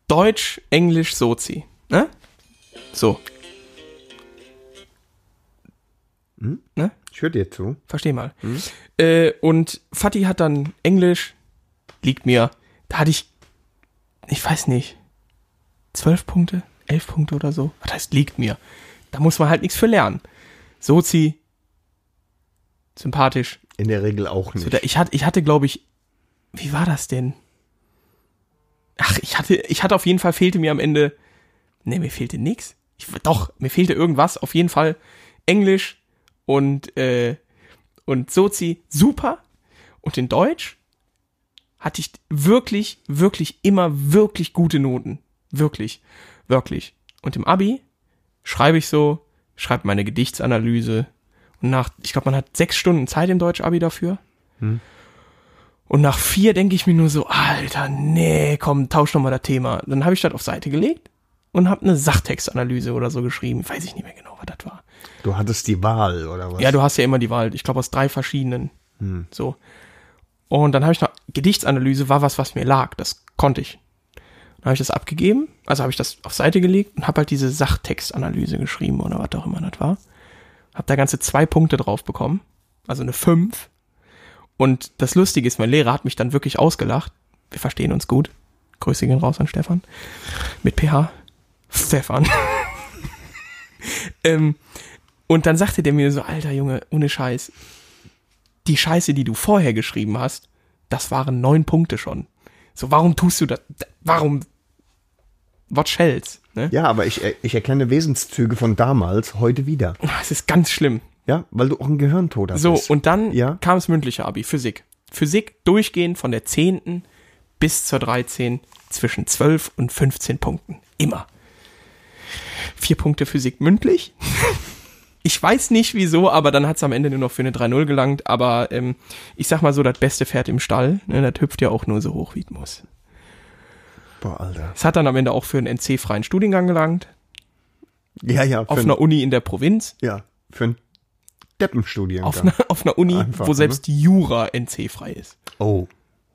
Deutsch-Englisch-Sozi, ne? So, ne?
Ich höre dir zu.
Versteh mal. Äh, und Fatih hat dann Englisch, liegt mir. Da hatte ich, ich weiß nicht, zwölf Punkte, elf Punkte oder so. Was heißt liegt mir? Da muss man halt nichts für lernen. Sozi, sympathisch.
In der Regel auch nicht.
So, da, ich hatte, ich hatte glaube ich, wie war das denn? Ach, ich hatte, ich hatte auf jeden Fall fehlte mir am Ende, nee, mir fehlte nix. Ich, doch, mir fehlte irgendwas, auf jeden Fall Englisch und, äh, und Sozi, super. Und in Deutsch hatte ich wirklich, wirklich immer wirklich gute Noten. Wirklich, wirklich. Und im Abi schreibe ich so, schreibe meine Gedichtsanalyse. Und nach, ich glaube, man hat sechs Stunden Zeit im Deutsch-Abi dafür. Und nach vier denke ich mir nur so, Alter, nee, komm, tausch noch mal das Thema. Dann habe ich das auf Seite gelegt und habe eine Sachtextanalyse oder so geschrieben. Weiß ich nicht mehr genau, was das war.
du hattest die Wahl, oder was?
Ja, du hast ja immer die Wahl. Ich glaube, aus drei verschiedenen. So. Und dann habe ich noch, Gedichtsanalyse war was, was mir lag. Das konnte ich. Dann habe ich das abgegeben, also habe ich das auf Seite gelegt und habe halt diese Sachtextanalyse geschrieben oder was auch immer das war. Habe da ganze zwei Punkte drauf bekommen, also eine fünf. Und das Lustige ist, mein Lehrer hat mich dann wirklich ausgelacht. Wir verstehen uns gut. Grüße gehen raus an Stefan. Mit PH. Stefan. ähm, und dann sagte der mir so, alter Junge, ohne Scheiß, die Scheiße, die du vorher geschrieben hast, das waren neun Punkte schon. So, warum tust du das? Warum? What shells? Ne?
ja aber ich, äh, ich erkenne Wesenszüge von damals heute wieder.
Ah, Es ist ganz schlimm.
Ja, weil du auch ein Gehirntoter
So,
bist.
und dann
Ja.
kam das mündliche Abi, Physik. Physik durchgehend von der 10. bis zur 13. zwischen 12 und 15 Punkten. Immer. Vier Punkte Physik mündlich. Ich weiß nicht wieso, aber dann hat es am Ende nur noch für eine 3-0 gelangt. Aber ähm, ich sag mal so, das beste Pferd im Stall, ne, das hüpft ja auch nur so hoch, wie es muss.
Boah, Alter.
Es hat dann am Ende auch für einen NC-freien Studiengang gelangt,
Ja, ja. Für
auf
ein,
einer Uni in der Provinz.
ja, für ein Deppenstudiengang.
Auf einer, auf einer Uni,
Einfach,
wo
ne?
selbst Jura NC-frei ist.
oh,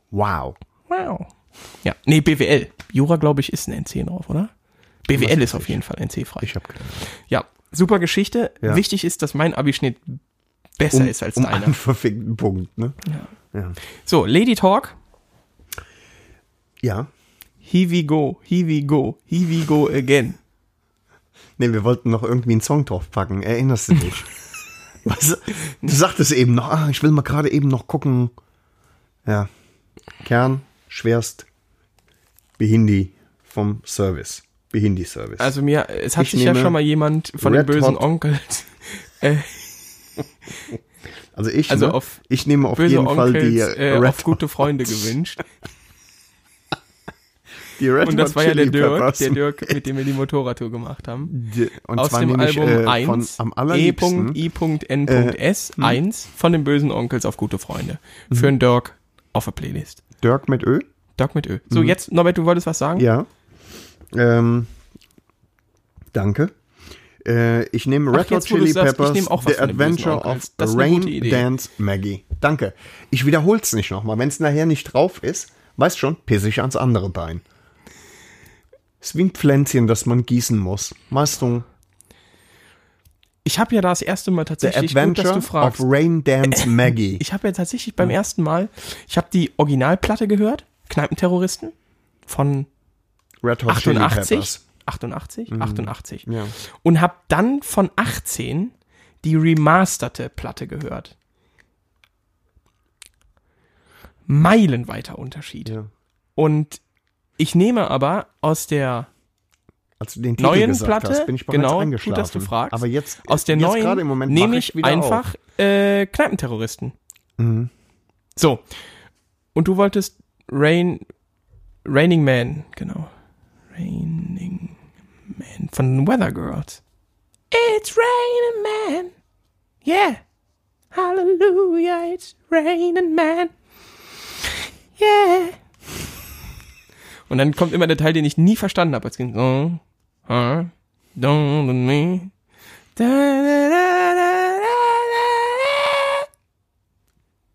wow.
Wow. Ja, nee, BWL. Jura, glaube ich, ist ein NC drauf, oder? BWL ist auf jeden Fall NC-frei.
Ich hab gedacht,
Ja, super Geschichte.
Ja.
Wichtig ist, dass mein Abischnitt besser
um,
ist als
um
deiner.
einen verfickten Punkt, ne? Ja.
So, Lady Talk.
Ja.
Here we go, here we go, here we go again.
Nee, wir wollten noch irgendwie einen Song draufpacken. Erinnerst du dich? Was? Du sagtest eben noch, ah, ich will mal gerade eben noch gucken. Ja. Kern, schwerst, Behindi vom Service. Behindi-Service.
Also mir, es hat
Ich
sich ja
nehme
schon mal jemand von
Red
den bösen
Hot-
Onkels, äh,
Also ich,
also
ne?
auf
ich nehme auf
böse äh,
jeden Fall äh,
Onkels
die
äh,
Red
auf gute Freunde gewünscht.
Die Red
Und das
Hot
war ja der
Chili
Dirk,
Peppers.
der Dirk, mit dem wir die Motorradtour gemacht haben.
Die- Und
aus
zwar
dem
nämlich,
Album
äh,
1,
von am allerliebsten. Äh, hm.
E.I.N.S. 1 von den bösen Onkels auf gute Freunde.
Mhm.
Für einen Dirk auf der Playlist.
Dirk mit Ö.
Dirk mit Ö. So, jetzt, Norbert, du wolltest was sagen?
Mhm. Ja. Ähm, danke. Äh, ich nehme
Ach,
Red Hot
jetzt, wo du
Chili
sagst, ich
Peppers,
nehme auch was
The
von den Blues
Adventure of
Onkels. Das ist eine gute
Rain
Idee.
Dance Maggie. Danke. Ich wiederhole es nicht nochmal. Wenn es nachher nicht drauf ist, weißt schon, pisse ich ans andere Bein. Es ist wie ein Pflänzchen, das man gießen muss. Meistung,
Ich habe ja das erste Mal
The
tatsächlich, gut, dass
Adventure
du
of
fragst.
Rain Dance Maggie.
Ich habe ja tatsächlich beim ersten Mal, ich habe die Originalplatte gehört, Kneipenterroristen von
Red Hot Chili
88.
Peppers. Mhm.
88? 88.
Ja.
Und habe dann von 18 die remasterte Platte gehört. Meilenweiter Unterschied.
Ja.
Und ich nehme aber aus der
Als du den Titel
neuen
gesagt
Platte,
hast, bin ich bereits
genau,
eingeschlafen.
gut, dass du fragst,
Aber jetzt,
aus der
jetzt
neuen
gerade im Moment mach
nehme ich,
wieder auf.
einfach äh, Kneipenterroristen. So. Und du wolltest Rain, Raining Man, genau. Raining Man von Weather Girls. It's raining man. Yeah. Hallelujah, it's raining man. Yeah. Und dann kommt immer der Teil, den ich nie verstanden habe. Es ging so, huh, don't let me. Da, da, da, da, da,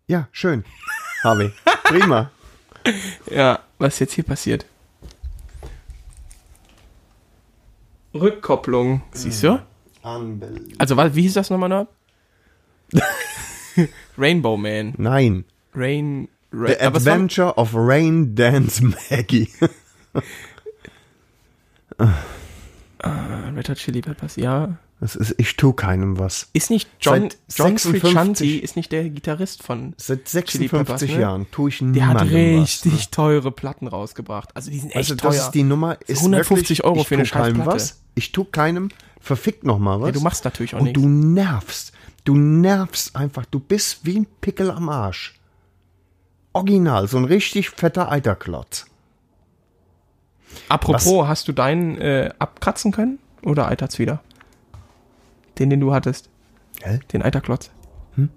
Ja, schön. Harvey. Prima.
da. Ja, was jetzt hier passiert? Rückkopplung, siehst
Mhm.
du? Also, wa- wie hieß das nochmal? Noch? Rainbow Man.
Nein.
Rain. Ra
The
Aber es war-
Adventure of Rain Dance Maggie.
Red Hot Chili Peppers, ja.
Das ist, ich tue keinem was.
Ist nicht John,
Seit
John
56
Friccianti, ist nicht der Gitarrist von
Seit
Chili Peppers,
56
ne?
Jahren tue ich
Der hat
niemandem was.
richtig teure Platten rausgebracht. Also die sind echt
Also
teuer.
ne? das ist die Nummer. Ist
150
wirklich,
Euro
ich
für eine
tue keinem
Scheißplatte.
was. Ich tue keinem. Verfickt noch mal was.
Ja, du machst natürlich auch
Und
nichts.
du nervst. Du nervst einfach. Du bist wie ein Pickel am Arsch. Original. So ein richtig fetter Eiterklotz.
Apropos, hast du deinen äh, abkratzen können? Oder eitert's wieder? Den, den du hattest.
Hä?
Den Eiterklotz. Hm?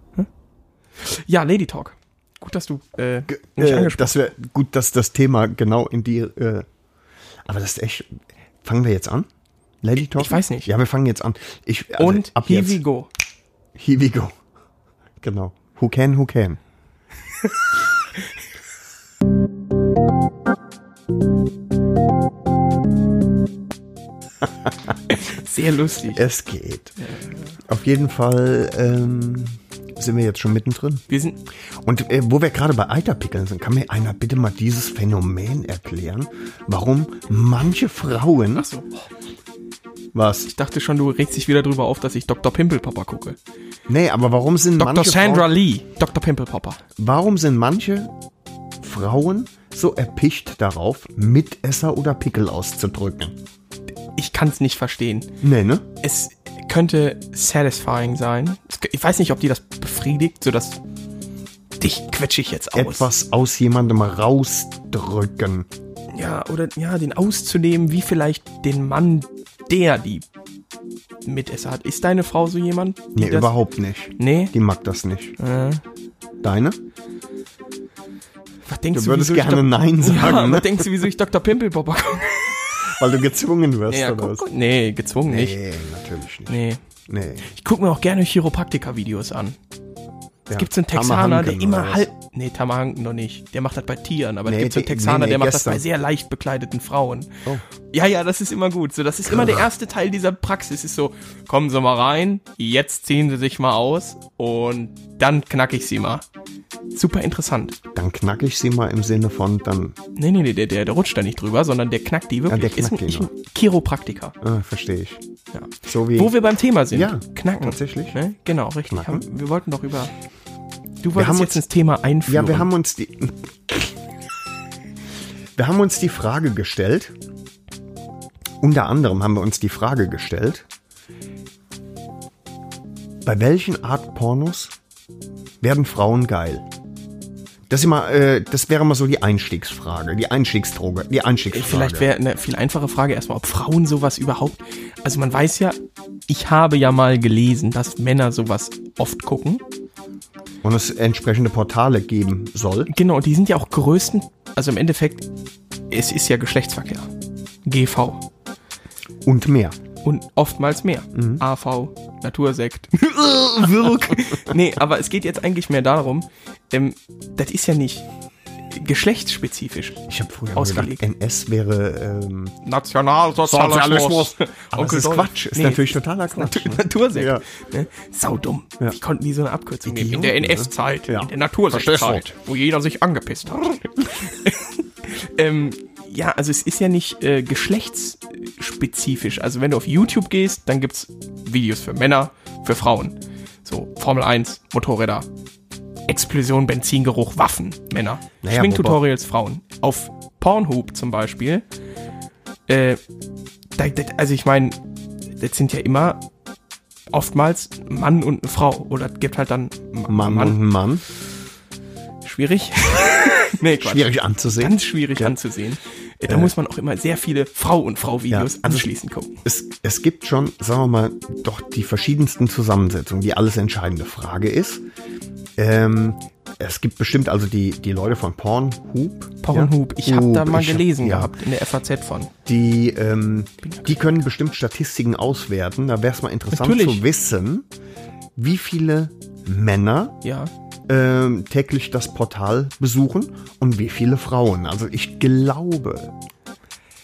Ja, Lady Talk. Gut, dass du äh, mich
äh,
angesprochen
das wäre gut, dass das Thema genau in die. Äh, aber das ist echt. Fangen wir jetzt an? Lady Talk?
ich weiß nicht.
Ja, wir fangen jetzt an. Ich, also
Und
ab
here
jetzt.
we go.
Here we go. Genau. Who can, who can.
Sehr lustig.
Es geht. Auf jeden Fall ähm, sind wir jetzt schon mittendrin.
Wir sind.
Und äh, wo wir gerade bei Eiterpickeln sind, kann mir einer bitte mal dieses Phänomen erklären, warum manche Frauen.
Achso.
Was?
Ich dachte schon, du regst dich wieder drüber auf, dass ich Dr. Pimpelpopper gucke.
Nee, aber warum sind
Dr.
manche.
Sandra
Frauen,
Lee. Dr. Pimpelpopper.
Warum sind manche Frauen so erpicht darauf, Mitesser oder Pickel auszudrücken?
Ich kann's nicht verstehen.
Nee, ne?
es könnte satisfying sein. Es- Ich weiß nicht, ob die das befriedigt, sodass dich quetsche ich jetzt aus.
Etwas aus jemandem rausdrücken.
Ja, oder ja, den auszunehmen, wie vielleicht den Mann, der die Mitesser hat. Ist deine Frau so jemand? die
Nee,
das- Äh.
überhaupt nicht.
Nee?
Die mag das nicht. Deine?
Was denkst
Du
du,
würdest
wieso ich
gerne
Dok-
Nein sagen,
Ja,
ne?
was denkst du, wieso ich Dr. Pimpelpopper gucke?
Weil du gezwungen wirst,
Ja,
oder
guck,
was?
guck. nee, gezwungen nicht.
Nee, natürlich nicht.
Nee.
Nee.
Ich gucke mir auch gerne Chiropraktiker-Videos an.
Ja.
Gibt es einen
Hammer
Texaner, der
Hanken oder
immer
was?
halb. Nee, Tamahanken noch nicht. Der macht das bei Tieren, aber
Nee,
es gibt einen
die- nee,
Texaner,
nee,
der macht
gestern.
das bei sehr leicht bekleideten Frauen.
Oh.
Ja, ja, das ist immer gut. So, das ist immer der erste Teil dieser Praxis. Ist so, kommen Sie mal rein, jetzt ziehen Sie sich mal aus und dann knacke ich Sie mal. Super interessant.
Dann knacke ich sie mal im Sinne von, dann
Nee, nee, nee, der, der, der rutscht da nicht drüber, sondern der knackt die wirklich.
der knackt
ist
die
ein, ist ein Chiropraktiker.
ah, verstehe ich.
Ja.
So wie
Wo wir beim Thema sind.
Ja,
knacken.
tatsächlich.
Ne? Genau, richtig.
Knacken.
Haben, wir wollten doch über. Du
haben
wolltest jetzt
uns-
ins Thema einführen.
Ja, wir haben uns die. Wir haben uns die Frage gestellt. Unter anderem haben wir uns die Frage gestellt, bei welchen Art Pornos werden Frauen geil? Das, ist immer, äh, das wäre mal so die Einstiegsfrage, die Einstiegsdroge, die Einstiegsfrage.
Äh, Vielleicht wäre eine viel einfache Frage erstmal, ob Frauen sowas überhaupt. Also man weiß ja, ich habe ja mal gelesen, dass Männer sowas oft gucken.
Und es entsprechende Portale geben soll.
Genau, und die sind ja auch größten, also im Endeffekt, es ist ja Geschlechtsverkehr. GV.
Und mehr.
Und oftmals mehr. AV, Natursekt. Wirk. nee, aber es geht jetzt eigentlich mehr darum, ähm, das ist ja nicht geschlechtsspezifisch.
Ich habe früher
Ausgelegt.
ausgelegt. Gedacht, NS wäre. Ähm,
Nationalsozialismus.
aber das ist Quatsch. Ist natürlich totaler Quatsch.
Natu- Natursekt.
Ja.
Ne? Sau dumm.
Ja.
Wie konnten die so eine Abkürzung nehmen? In
Idioten,
der
ne?
NS-Zeit,
Ja.
in der Natursekt-Zeit, wo jeder sich angepisst hat. ähm, ja, also es ist ja nicht äh, geschlechtsspezifisch. Also wenn du auf YouTube gehst, dann gibt's Videos für Männer, für Frauen. So, Formel 1, Motorräder, Explosion, Benzingeruch, Waffen, Männer.
Naja,
Schminktutorials, Frauen. Auf Pornhub zum Beispiel. Äh, da, da, also ich meine, das sind ja immer oftmals ein Mann und eine Frau. Oder es gibt halt dann Ma-
Mann, und ein Mann.
Schwierig. nee, Quatsch.
Schwierig anzusehen.
Ganz schwierig anzusehen. Äh, Da muss man auch immer sehr viele Frau- und Frau-Videos
Ja, also-
anschließend gucken.
Es, es gibt schon, sagen wir mal, doch die verschiedensten Zusammensetzungen. Die alles entscheidende Frage ist, ähm, es gibt bestimmt also die, die Leute von Pornhub.
Pornhub,
ja?
ich habe da
Hub,
mal
ich hab-
gelesen
ja.
gehabt in der FAZ von.
Die, ähm, die können bestimmt Statistiken auswerten. Da wäre es mal interessant
Natürlich.
zu wissen, wie viele Männer
Ja.
ähm, täglich das Portal besuchen und wie viele Frauen. Also ich glaube,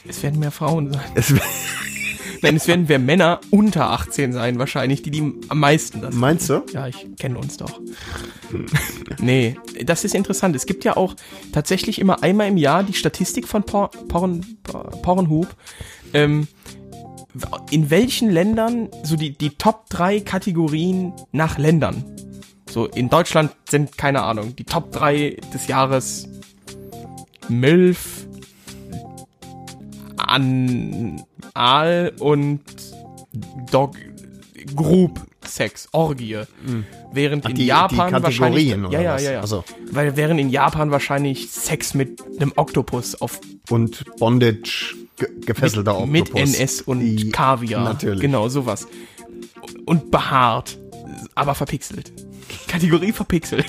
Es werden mehr Frauen sein.
es wär-
Nein, es werden mehr Männer unter 18 sein wahrscheinlich, die die am meisten das
meinst du?
Ja, ich kenne uns doch. nee, das ist interessant. Es gibt ja auch tatsächlich immer einmal im Jahr die Statistik von Por Porn Por- Pornhub, ähm, in welchen Ländern so die, die Top 3 Kategorien nach Ländern. So, in Deutschland sind, keine Ahnung, die Top 3 des Jahres MILF, Anal und Dog Group Sex, Orgie. Während in
Hm. die- die
Japan wahrscheinlich.
Kategorien oder
ja, ja,
was?
ja, ja.
Also-
Weil während in Japan wahrscheinlich Sex mit einem Oktopus auf
Und Bondage, ge gefesselter
mit
Oktopus.
NS und
Die-
Kaviar.
Natürlich.
Genau, sowas. Und behaart, aber verpixelt. Kategorie verpixelt.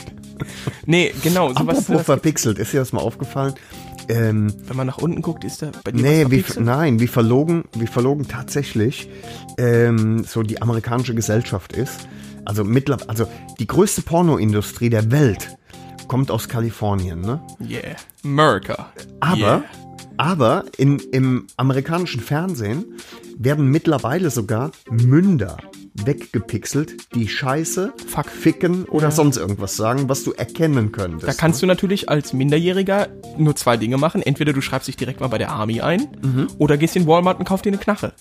Nee, genau, sowas.
Apropos verpixelt, ist dir das mal aufgefallen? Ähm,
wenn man nach unten guckt, ist da bei dir
nee,
was
wie,
verpixelt?
nein, wie verlogen, wie verlogen tatsächlich ähm, so die amerikanische Gesellschaft ist. Also mittlerweile, also die größte Pornoindustrie der Welt kommt aus Kalifornien, ne?
Yeah. America.
Aber,
Yeah.
aber in, im amerikanischen Fernsehen werden mittlerweile sogar Münder weggepixelt, die Scheiße,
Fuck.
Ficken oder sonst irgendwas sagen, was du erkennen könntest.
Da kannst du natürlich als Minderjähriger nur zwei Dinge machen. Entweder du schreibst dich direkt mal bei der Army ein
Mhm.
oder gehst in Walmart und kaufst dir eine Knache.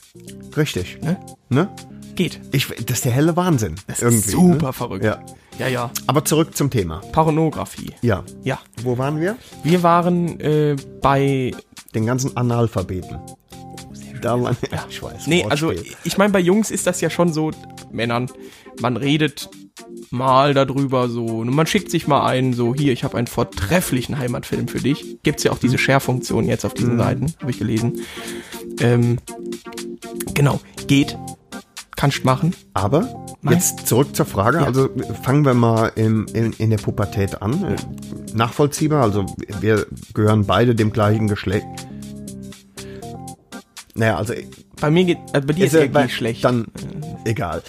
Richtig.
Ne?
Ne?
Geht.
Ich, das ist der helle Wahnsinn. Das
Super
Ne?
verrückt.
Ja.
ja, ja.
Aber zurück zum Thema.
Pornografie.
Ja.
Ja.
Wo waren wir?
Wir waren äh, bei
Den ganzen Analphabeten.
Oh,
Da waren, ja, ich weiß.
Nee, also
Wortspiel.
ich meine, bei Jungs ist das ja schon so, Männern, man redet mal darüber so, ne, man schickt sich mal ein, so hier, ich habe einen vortrefflichen Heimatfilm für dich. Gibt's ja auch
Mhm.
diese Share-Funktion jetzt auf diesen Seiten, habe ich gelesen. Ähm, genau, geht, kannst machen.
Aber
Nein.
jetzt zurück zur Frage. Also fangen wir mal im, in, in der Pubertät an. Nachvollziehbar. Also wir gehören beide dem gleichen Geschlecht. Naja, also
Bei mir geht, äh, bei dir ist,
äh,
ist
weil-
Energie schlecht. Äh.
Dann egal.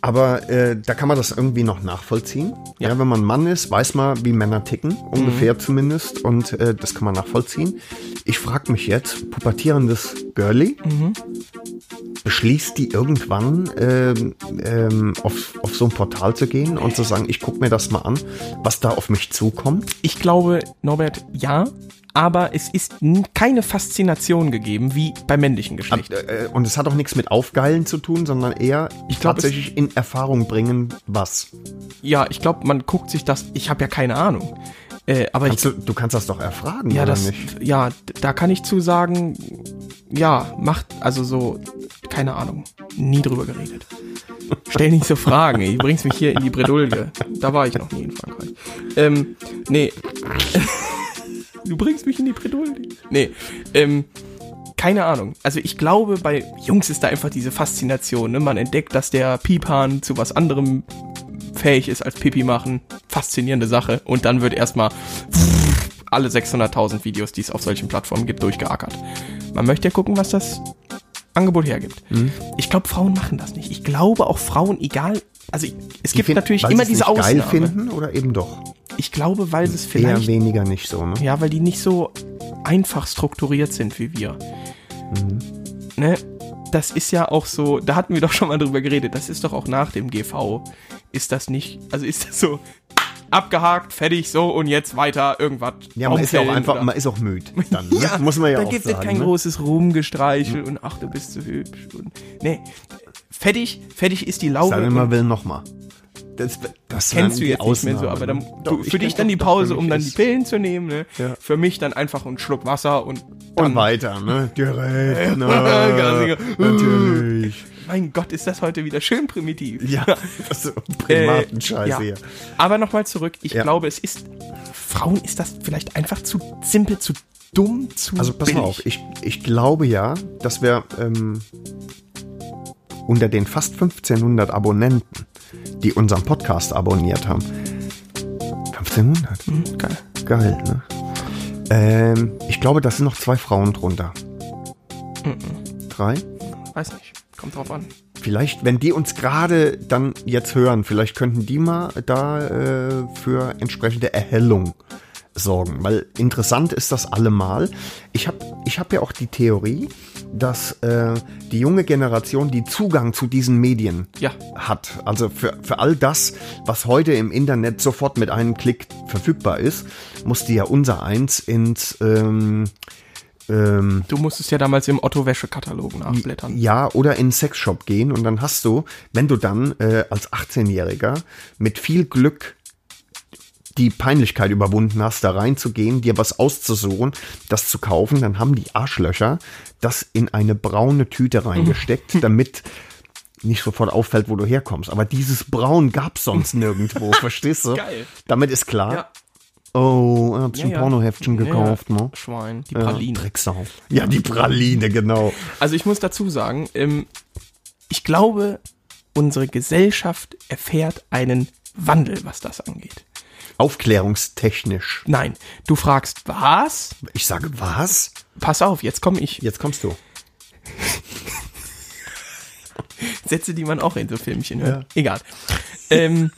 Aber äh, da kann man das irgendwie noch nachvollziehen. Ja. wenn man ein Mann ist, weiß man, wie Männer ticken,
Mhm.
ungefähr zumindest. Und äh, das kann man nachvollziehen. Ich frage mich jetzt, pubertierendes Girlie,
Mhm.
beschließt die irgendwann ähm, ähm, auf, auf so ein Portal zu gehen und zu sagen, ich gucke mir das mal an, was da auf mich zukommt?
Ich glaube, Norbert, ja, aber es ist n- keine Faszination gegeben, wie beim männlichen Geschlecht.
Äh, Und es hat auch nichts mit Aufgeilen zu tun, sondern eher
Ich glaub, es-
tatsächlich in Erfahrung bringen, was.
Ja, ich glaube, man guckt sich das, ich habe ja keine Ahnung. Äh, aber ich
Kannst du, du kannst das doch erfragen,
Ja,
oder
das,
nicht?
ja, d- da kann ich zu sagen, ja, macht, also so, keine Ahnung, nie drüber geredet. Stell nicht so Fragen, ey. Du bringst mich hier in die Bredouille. Da war ich noch nie in Frankreich. Ähm, nee. du bringst mich in die Bredouille. Nee. Ähm, keine Ahnung. Also ich glaube, bei Jungs ist da einfach diese Faszination. Ne? Man entdeckt, dass der Pipan zu was anderem fähig ist als Pipi machen. Faszinierende Sache. Und dann wird erstmal alle 600.000 Videos, die es auf solchen Plattformen gibt, durchgeackert. Man möchte ja gucken, was das Angebot hergibt.
Mhm.
Ich glaube, Frauen machen das nicht. Ich glaube auch Frauen, egal. Also es gibt
find-
natürlich
weil
immer
sie's
diese
nicht
Ausnahme.
geil finden oder eben doch.
Ich glaube, weil sie es vielleicht
Eher weniger nicht so, ne?
ja, weil die nicht so einfach strukturiert sind wie wir.
Mhm.
Ne? Das ist ja auch so, da hatten wir doch schon mal drüber geredet, das ist doch auch nach dem GV, ist das nicht, also ist das so abgehakt, fertig, so und jetzt weiter irgendwas.
Ja, man ist ja auch
aufzählen
einfach,
oder-
man ist auch müde. Dann, ne? muss man ja
da
auch
gibt's
sagen.
jetzt kein
ne? Mhm.
großes Ruhmgestreichel und ach, du bist so hübsch und, nee, fertig, fertig ist die Laube.
Sag mir
und-
mal, will nochmal. Das, das
kennst du
die
jetzt nicht mehr so,
Ausnahmen,
aber dann,
ne?
du,
Doch, ich
für dich dann
kenn doch,
die
doch,
Pause,
für
um
mich
dann die
ist-
Pillen zu nehmen. Ne?
Ja.
Für mich dann einfach einen Schluck Wasser und dann,
Und weiter, ne? Direkt,
Ganz genau.
ne?
egal.
Natürlich.
mein Gott, ist das heute wieder schön primitiv. Äh,
Ja, das ist so Primatenscheiße
ja.
hier.
Aber nochmal zurück, ich
Ja.
glaube, es ist, Frauen ist das vielleicht einfach zu simpel, zu dumm, zu
Also pass
billig.
mal auf, ich, ich glaube ja, dass wir ähm, unter den fast 1500 Abonnenten, die unseren Podcast abonniert haben, 1500,
Hm, Geil.
geil, ne? Ähm, ich glaube, da sind noch zwei Frauen drunter. Drei?
Weiß nicht, kommt drauf an.
Vielleicht, wenn die uns gerade dann jetzt hören, vielleicht könnten die mal da äh, für entsprechende Erhellung sorgen, weil interessant ist das allemal. Ich habe ich hab ja auch die Theorie, dass äh, die junge Generation die Zugang zu diesen Medien
Ja.
hat. Also für, für all das, was heute im Internet sofort mit einem Klick verfügbar ist, musste ja unser Eins ins... Ähm, ähm,
Du musstest ja damals im Otto-Wäsche-Katalog nachblättern.
ja, oder in einen Sexshop gehen und dann hast du, wenn du dann äh, als 18-Jähriger mit viel Glück die Peinlichkeit überwunden hast, da reinzugehen, dir was auszusuchen, das zu kaufen, dann haben die Arschlöcher das in eine braune Tüte reingesteckt, damit nicht sofort auffällt, wo du herkommst. Aber dieses Braun gab's sonst nirgendwo, verstehst du?
Geil.
Damit ist
Ja.
klar, oh, hab's ein Pornoheftchen gekauft,
ja, ja.
ne?
Schwein, die
Ja,
Praline.
Drecksau. Ja, die Praline, genau.
Also ich muss dazu sagen, ähm, ich glaube, unsere Gesellschaft erfährt einen Wandel, was das angeht.
Aufklärungstechnisch.
Nein, du fragst, was?
Ich sage, was?
Pass auf, jetzt komme ich.
Jetzt kommst du.
Sätze, die man auch in so Filmchen hört. Egal. Ähm,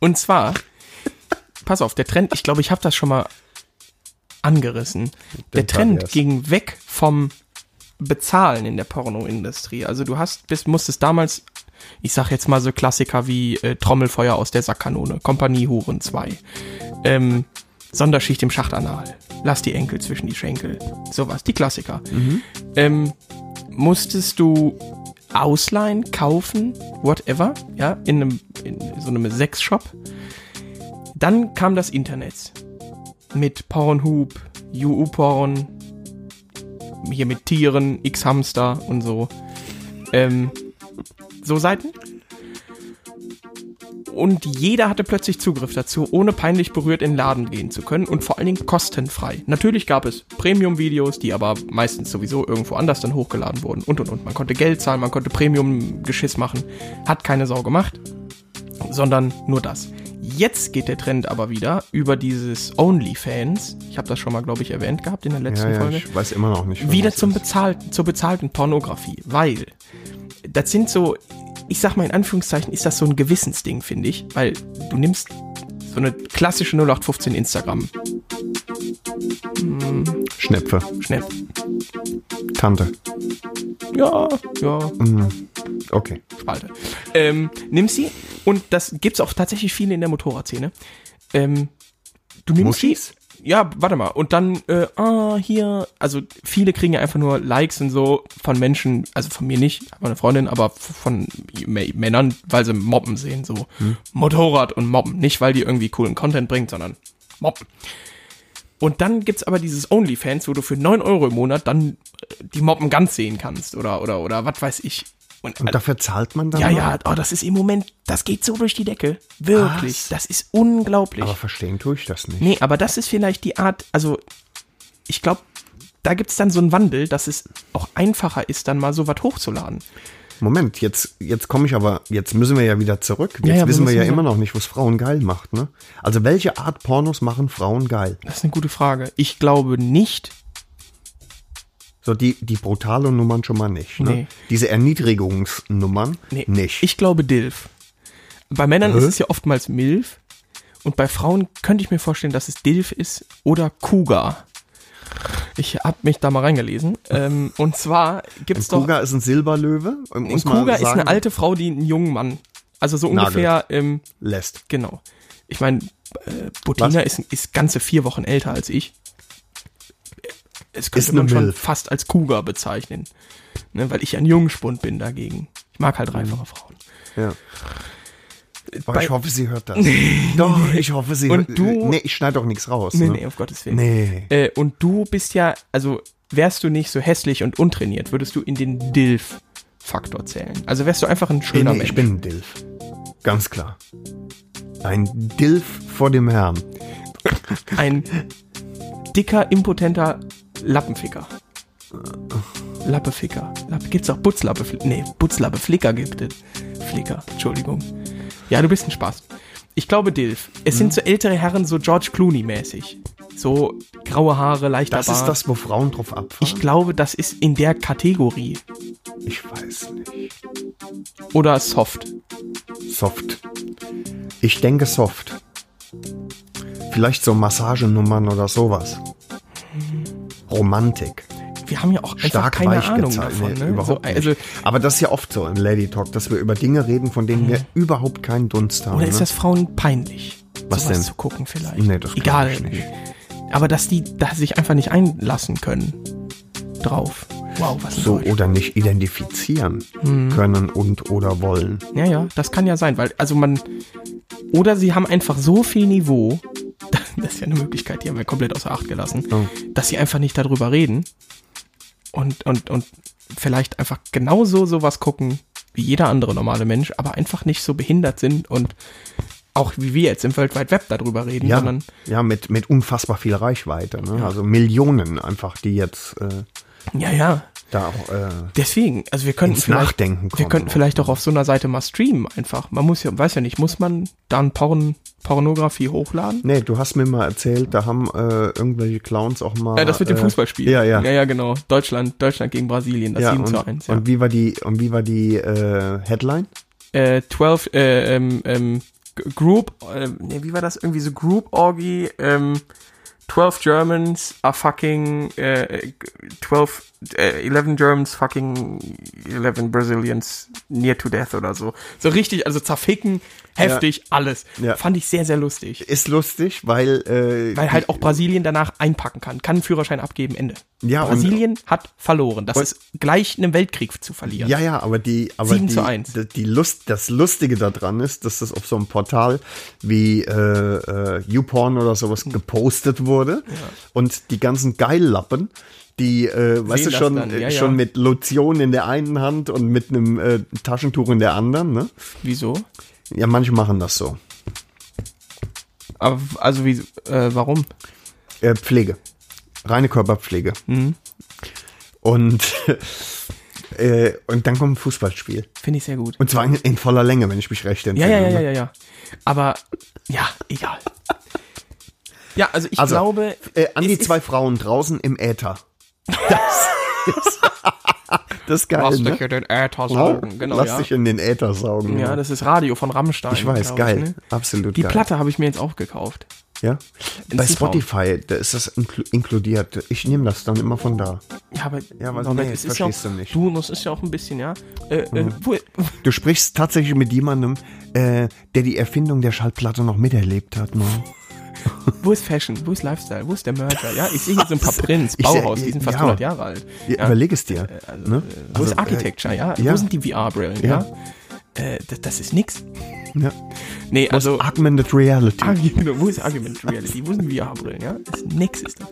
und zwar, pass auf, der Trend, ich glaube, ich habe das schon mal angerissen. Der Trend
Pavias.
ging weg vom Bezahlen in der Pornoindustrie. Also du hast, bist, musstest damals, ich sag jetzt mal so Klassiker wie äh, Trommelfeuer aus der Sackkanone, Kompanie Huren 2, ähm, Sonderschicht im Schachtanal, lass die Enkel zwischen die Schenkel, sowas, die Klassiker. Ähm, musstest du ausleihen, kaufen, whatever, ja, in, einem, in so einem Sexshop. Dann kam das Internet mit Pornhub, UU-Porn, hier mit Tieren, X-Hamster und so. Ähm, so Seiten. Und jeder hatte plötzlich Zugriff dazu, ohne peinlich berührt in den Laden gehen zu können und vor allen Dingen kostenfrei. Natürlich gab es Premium-Videos, die aber meistens sowieso irgendwo anders dann hochgeladen wurden und und und. Man konnte Geld zahlen, man konnte Premium-Geschiss machen. Hat keine Sau gemacht, sondern nur das. Jetzt geht der Trend aber wieder über dieses OnlyFans. Ich habe das schon mal, glaube ich, erwähnt gehabt in der letzten
Ja, ja,
Folge
ich weiß immer noch nicht.
wieder
was
zum
das ist.
bezahlten, zur bezahlten Pornografie, weil das sind so, ich sag mal in Anführungszeichen, ist das so ein Gewissensding, finde ich, weil du nimmst so eine klassische 0815 Instagram,
Schnepfe.
schnell,
Tante.
ja, ja,
Okay.
Spalte, ähm, nimmst sie und das gibt's auch tatsächlich viele in der Motorradszene, ähm, du nimmst sie,
Muschis?
ja, warte mal, und dann, äh, ah, hier, also viele kriegen ja einfach nur Likes und so von Menschen, also von mir nicht, hab meine Freundin, aber von M- Männern, weil sie Mobben sehen, so Motorrad und Mobben. Nicht, weil die irgendwie coolen Content bringt, sondern Mobben. Und dann gibt's aber dieses OnlyFans, wo du für 9 Euro im Monat dann äh, die Mobben ganz sehen kannst oder, oder, oder was weiß ich. Und,
Und dafür zahlt man dann?
ja,
noch?
ja, oh, das ist im Moment, das geht so durch die Decke. Wirklich, das ist unglaublich.
Aber verstehen tue ich das nicht.
Nee, aber das ist vielleicht die Art, also ich glaube, da gibt es dann so einen Wandel, dass es auch einfacher ist, dann mal so was hochzuladen.
Moment, jetzt, jetzt komme ich aber, jetzt müssen wir ja wieder zurück. Jetzt
ja, wir
wissen wir
müssen
ja
so-
immer noch nicht, was Frauen geil macht, ne? Also welche Art Pornos machen Frauen geil?
Das ist eine gute Frage. Ich glaube nicht.
So die, die brutalen Nummern schon mal nicht, ne?
Nee.
Diese Erniedrigungsnummern nicht.
Ich glaube Dilf. Bei Männern
Hä?
ist es ja oftmals Milf. Und bei Frauen könnte ich mir vorstellen, dass es Dilf ist oder Kuga. Ich habe mich da mal reingelesen. Ähm, und zwar gibt es doch.
Kuga ist ein Silberlöwe.
Ein
muss man
Kuga ist eine
sagen,
alte Frau, die einen jungen Mann. Also so
Nagelt.
ungefähr ähm,
Lässt.
Genau. Ich meine, äh, Bettina ist, ist ganze vier Wochen älter als ich. Es könnte
Ist eine
man schon
Milf.
fast als Kuga bezeichnen. Ne, weil ich ein Jungspund bin dagegen. Ich mag
Mhm.
halt reifere Frauen.
Ja. Boah,
Bei-
ich hoffe, sie hört das. Doch, ich hoffe, sie
Und
hört
du-
Nee, ich schneide doch nichts raus.
Nee,
ne?
nee, auf Gottes Willen.
Nee.
Äh, und du bist ja, also wärst du nicht so hässlich und untrainiert, würdest du in den Dilf-Faktor zählen. Also wärst du einfach ein
Nee,
schöner
nee,
Mensch.
ich bin ein Dilf. Ganz klar. Ein Dilf vor dem Herrn.
ein dicker, impotenter Lappenficker. Lappeficker. Lappe, gibt's auch Butzlappe? Nee, Butzlappe. Flicker gibt es. Flicker, Entschuldigung. Ja, du bist ein Spaß. Ich glaube, Dilf. Es
Mhm.
sind so ältere Herren, so George Clooney-mäßig. So graue Haare, leichter
Das ist
Bart.
das, wo Frauen drauf abfahren?
Ich glaube, das ist in der Kategorie.
Ich, weiß nicht.
Oder soft.
Soft. Ich denke soft. Vielleicht so Massagenummern oder sowas.
Mhm.
Romantik.
Wir haben ja auch einfach
Stark
keine
weich
Ahnung
gezahlt.
davon.
Nee,
ne?
überhaupt
so, also,
nicht. Aber das ist ja oft so im Lady Talk, dass wir über Dinge reden, von denen wir überhaupt keinen Dunst haben.
Oder ist
ne?
das Frauen peinlich?
Was
sowas
denn?
zu gucken vielleicht.
Nee, das glaub
Egal.
ich nicht.
Aber dass die da sich einfach nicht einlassen können drauf. Wow, was ein
so
Deutsch.
oder nicht identifizieren
Hm.
können und oder wollen.
Ja, ja, das kann ja sein, weil also man oder sie haben einfach so viel Niveau, das ist ja eine Möglichkeit, die haben wir komplett außer Acht gelassen,
Oh.
dass sie einfach nicht darüber reden und und und vielleicht einfach genauso sowas gucken wie jeder andere normale Mensch, aber einfach nicht so behindert sind und auch wie wir jetzt im World Wide Web darüber reden,
Ja,
sondern
ja mit, mit unfassbar viel Reichweite. Ne? Also Millionen einfach, die jetzt äh,
ja, ja,
da auch äh,
Deswegen, also wir könnten
Ins
vielleicht,
Nachdenken
wir
kommen
könnten
auch.
vielleicht auch auf so einer Seite mal streamen einfach. Man muss ja, weiß ja nicht, muss man da ein Porn, Pornografie hochladen?
Nee, du hast mir mal erzählt, da haben äh, irgendwelche Clowns auch mal.
Ja, das mit dem
äh,
Fußballspiel.
Ja, ja.
Ja, ja, genau. Deutschland, Deutschland gegen Brasilien, das
ja,
7
und,
zu 1. Ja.
und wie war die, und wie war die äh, Headline?
äh, 12, äh, ähm, ähm, G- Group, äh, nee, wie war das? Irgendwie so Group Orgy, ähm, 12 Germans are fucking, äh, 12, äh, 11 Germans fucking 11 Brazilians near to death oder so. So richtig, also zerficken, heftig, alles.
Ja.
Fand ich sehr, sehr lustig.
Ist lustig, weil. Äh,
Weil halt auch Brasilien danach einpacken kann, kann einen Führerschein abgeben, Ende.
Ja, und-
Brasilien hat verloren. Das
Und-
ist gleich einem Weltkrieg zu verlieren.
Ja, ja, aber die, aber
7
die,
zu 1.
Die, die Lust, das Lustige daran ist, dass das auf so einem Portal wie äh, äh, YouPorn oder sowas
Hm.
gepostet wurde und die ganzen Geillappen, die, äh, weißt du
das
schon,
dann, ja,
äh,
ja.
schon mit Lotion in der einen Hand und mit einem äh, Taschentuch in der anderen, ne?
Wieso?
Ja, manche machen das so.
Aber, also, wie, äh, warum?
Äh, Pflege. Reine Körperpflege.
Mhm.
Und, äh, und dann kommt ein Fußballspiel.
Finde ich sehr gut.
Und zwar in, in voller Länge, wenn ich mich recht
Ja,
entsinne.
ja, ja,
ne?
ja, ja, ja. Aber ja, egal. Ja, also ich
Also,
glaube,
Äh, an die
es ist-
zwei Frauen draußen im Äther. Das ist, das ist geil,
Lass
ne?
dich in den Äther
Ja,
saugen, genau.
Lass
ja.
dich in den Äther saugen. ne?
ja, das ist Radio von Rammstein.
ich weiß,
glaub
geil.
ne?
Absolut
Die
geil.
Platte habe ich mir jetzt auch gekauft.
Ja?
In
Bei
Zwickau.
Spotify, da ist das inklu- inkludiert. Ich nehme das dann immer von da.
Ja, aber,
Ja, aber
Norbert,
nee,
es
das
ist ja auch,
verstehst du Mhm. nicht.
Du, das ist ja auch ein bisschen, ja. Äh, äh, wo,
Du sprichst tatsächlich mit jemandem, äh, der die Erfindung der Schallplatte noch miterlebt hat. Ne?
wo ist Fashion? Wo ist Lifestyle? Wo ist der Merger? Ja, ich sehe hier so ein paar Prints,
Ich seh-
Bauhaus, die sind fast
ja.
100 Jahre alt.
Ja, Überleg es dir.
Äh,
ne?
Wo
Also,
ist Architecture? Ja,
ja.
wo sind die VR-Brillen? Ja, Äh, das, das ist nix.
Äh, ja.
Nee, also
Augmented Reality.
Argument, wo ist Argument Reality? Wo sind VR-Brillen, ja? Ist nix ist da.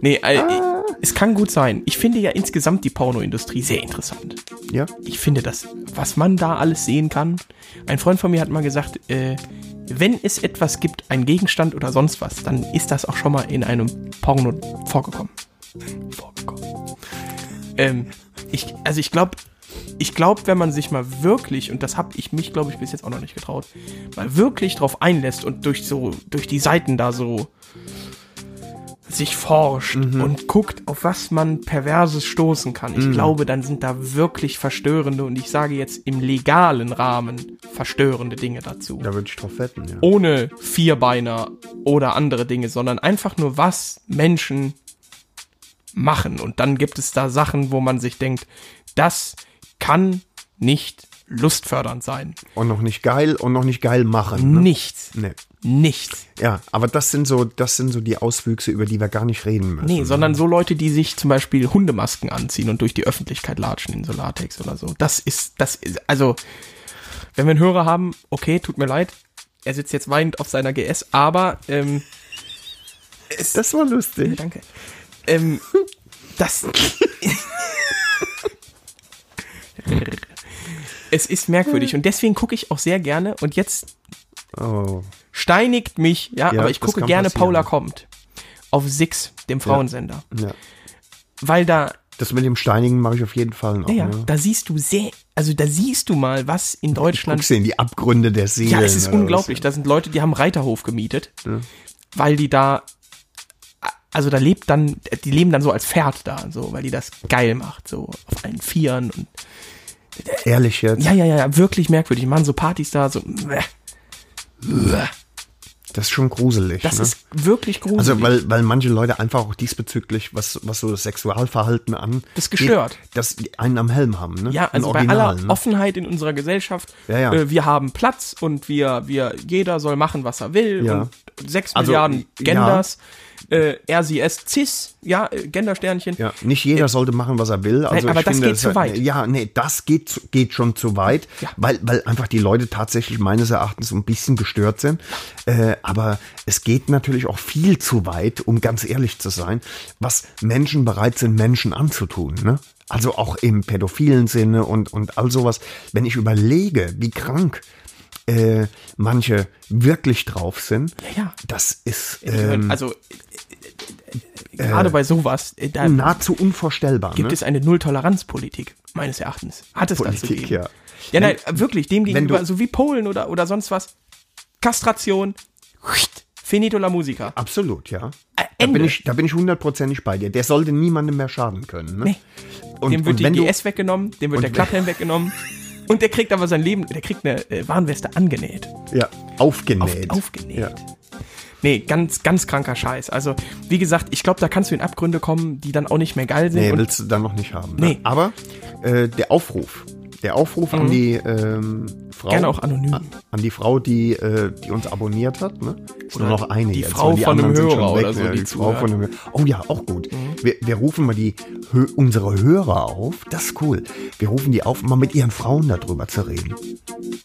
Nee, äh, es kann gut sein. Ich finde ja insgesamt die Pornoindustrie sehr interessant.
Ja.
Ich finde das, was man da alles sehen kann. Ein Freund von mir hat mal gesagt, äh, wenn es etwas gibt, ein Gegenstand oder sonst was, dann ist das auch schon mal in einem Porno vorgekommen. vorgekommen. Ähm, ich, also ich glaube, ich glaube, wenn man sich mal wirklich, und das habe ich mich, glaube ich, bis jetzt auch noch nicht getraut, mal wirklich drauf einlässt und durch so, durch die Seiten da so sich forscht und guckt, auf was man Perverses stoßen kann. Ich glaube, dann sind da wirklich verstörende und ich sage jetzt im legalen Rahmen verstörende Dinge dazu.
Da würde ich drauf wetten, ja.
Ohne Vierbeiner oder andere Dinge, sondern einfach nur, was Menschen machen. Und dann gibt es da Sachen, wo man sich denkt, das kann nicht lustfördernd sein.
Und noch nicht geil und noch nicht geil machen. Ne?
Nichts.
Nee.
Nichts.
Ja, aber das sind so, das sind so die Auswüchse, über die wir gar nicht reden müssen.
Nee, sondern so Leute, die sich zum Beispiel Hundemasken anziehen und durch die Öffentlichkeit latschen in so Latex oder so. Das ist, das ist, also, wenn wir einen Hörer haben, okay, tut mir leid, er sitzt jetzt weinend auf seiner GS, aber, ähm,
Das war lustig.
danke. Ähm, das. es ist merkwürdig
Hm.
und deswegen gucke ich auch sehr gerne und jetzt
Oh.
steinigt mich, ja,
Ja,
aber ich
das
gucke
kann
gerne
passieren.
Paula kommt auf Six, dem Frauensender,
Ja.
weil da
Das mit dem Steinigen mache ich auf jeden Fall noch.
ja,
ne?
da siehst du sehr, also da siehst du mal, was in Deutschland
Guckst du in die Abgründe der Seelen.
Ja, es ist
oder was?
unglaublich. Da sind Leute, die haben Reiterhof gemietet, weil die da, also da lebt dann, die leben dann so als Pferd da, so, weil die das geil macht, so auf allen Vieren und
Ehrlich jetzt.
ja, ja, ja, ja, wirklich merkwürdig. Die machen so Partys da, so. äh,
Das ist schon gruselig.
Das
ne?
ist wirklich gruselig.
Also weil, weil manche Leute einfach auch diesbezüglich, was, was so das Sexualverhalten an.
Das gestört.
Dass die einen am Helm haben, ne?
ja,
Ein
also bei
Original,
aller
ne?
Offenheit in unserer Gesellschaft,
Ja, ja.
Äh, wir haben Platz und wir, wir, jeder soll machen, was er will
Ja.
und sechs
Also,
Milliarden
ja.
Genders, äh, RCS, CIS, ja, äh, Gendersternchen.
Ja, nicht jeder sollte machen, was er will. Also
Äh, aber
ich
das
finde,
geht zu weit.
Ja, nee, das geht, zu- geht schon zu weit,
Ja.
weil, weil einfach die Leute tatsächlich meines Erachtens ein bisschen gestört sind. Äh, aber es geht natürlich auch viel zu weit, um ganz ehrlich zu sein, was Menschen bereit sind, Menschen anzutun. Ne? Also auch im pädophilen Sinne und, und all sowas. Wenn ich überlege, wie krank äh, manche wirklich drauf sind,
Ja, ja.
das ist äh,
also äh, äh, gerade bei sowas, äh, da
nahezu unvorstellbar.
gibt
ne?
es eine Nulltoleranzpolitik, meines Erachtens. Hat es dazu
Politik,
gegeben.
ja.
Ja, nein, wirklich, dem gegenüber,
du-
so wie Polen oder, oder sonst was, Kastration, finito la musica.
Absolut, ja.
Äh,
Da bin,
Ende.
ich, da bin ich hundertprozentig bei dir. Der sollte niemandem mehr schaden können. Ne?
Nee.
Und,
Dem wird
und wenn
die
du,
GS weggenommen, dem wird der
wenn-
Klapphelm weggenommen. Und der kriegt aber sein Leben, der kriegt eine äh, Warnweste angenäht.
ja, aufgenäht.
Auf, aufgenäht.
Ja.
Nee, ganz, ganz kranker Scheiß. Also, wie gesagt, ich glaube, da kannst du in Abgründe kommen, die dann auch nicht mehr geil sind.
Nee,
und
willst du dann noch nicht haben. Ne?
Nee. Mhm.
Aber äh, der Aufruf, der Aufruf an die ähm, Frau.
Gerne auch anonym.
An, an die Frau, die, äh, die uns abonniert hat. Ne? Ist nur noch eine
die
jetzt,
Frau
weil
von einem
anderen sind schon
Hörer
weg,
oder so,
ne?
die
Die Frau
zuhört. Mhm.
von einem Oh ja, auch gut. Wir, wir rufen mal die, Hö unsere Hörer auf. Das ist cool. Wir rufen die auf, um mal mit ihren Frauen darüber zu reden.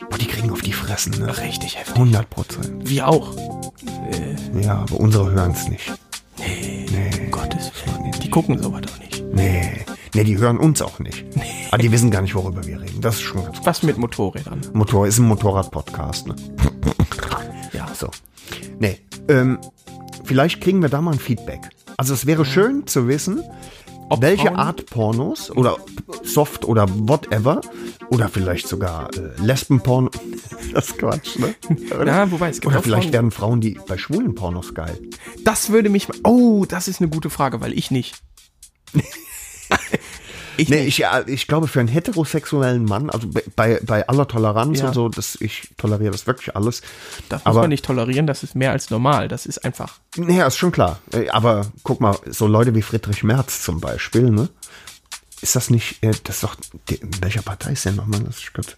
Boah, die kriegen auf die Fressen. Ne?
richtig heftig.
100 Prozent.
Wir auch.
Ja, aber unsere hören es nicht.
Um Gottes Willen. Die gucken sowas doch nicht.
Nee. Nee, die hören uns auch nicht. Aber die wissen gar nicht, worüber wir reden. Das ist schon ganz gut.
Was mit Motorrädern?
Motor ist ein Motorrad-Podcast, ne?
Ja.
So. Nee. Ähm, vielleicht kriegen wir da mal ein Feedback. Also es wäre schön zu wissen,
Mhm. Ob
welche
Frauen-
Art Pornos oder Soft oder whatever oder vielleicht sogar äh, Lesbenporno. Das ist Quatsch, ne? Oder,
Ja, wobei, es gibt
oder
auch
vielleicht
Frauen-
werden Frauen, die bei schwulen Pornos geil.
Das würde mich. Oh, das ist eine gute Frage, weil ich nicht. ich
Nee,
nicht.
ich, ja, ich glaube, für einen heterosexuellen Mann, also bei- bei, bei aller Toleranz
Ja.
und so, das, ich toleriere das wirklich alles.
Das muss
aber-
man nicht tolerieren, das ist mehr als normal. Das ist einfach.
Naja, ist schon klar. Äh, Aber guck mal, so Leute wie Friedrich Merz zum Beispiel, ne? Ist das nicht, äh, das ist doch, die, in welcher Partei ist der nochmal? Das ist Gott.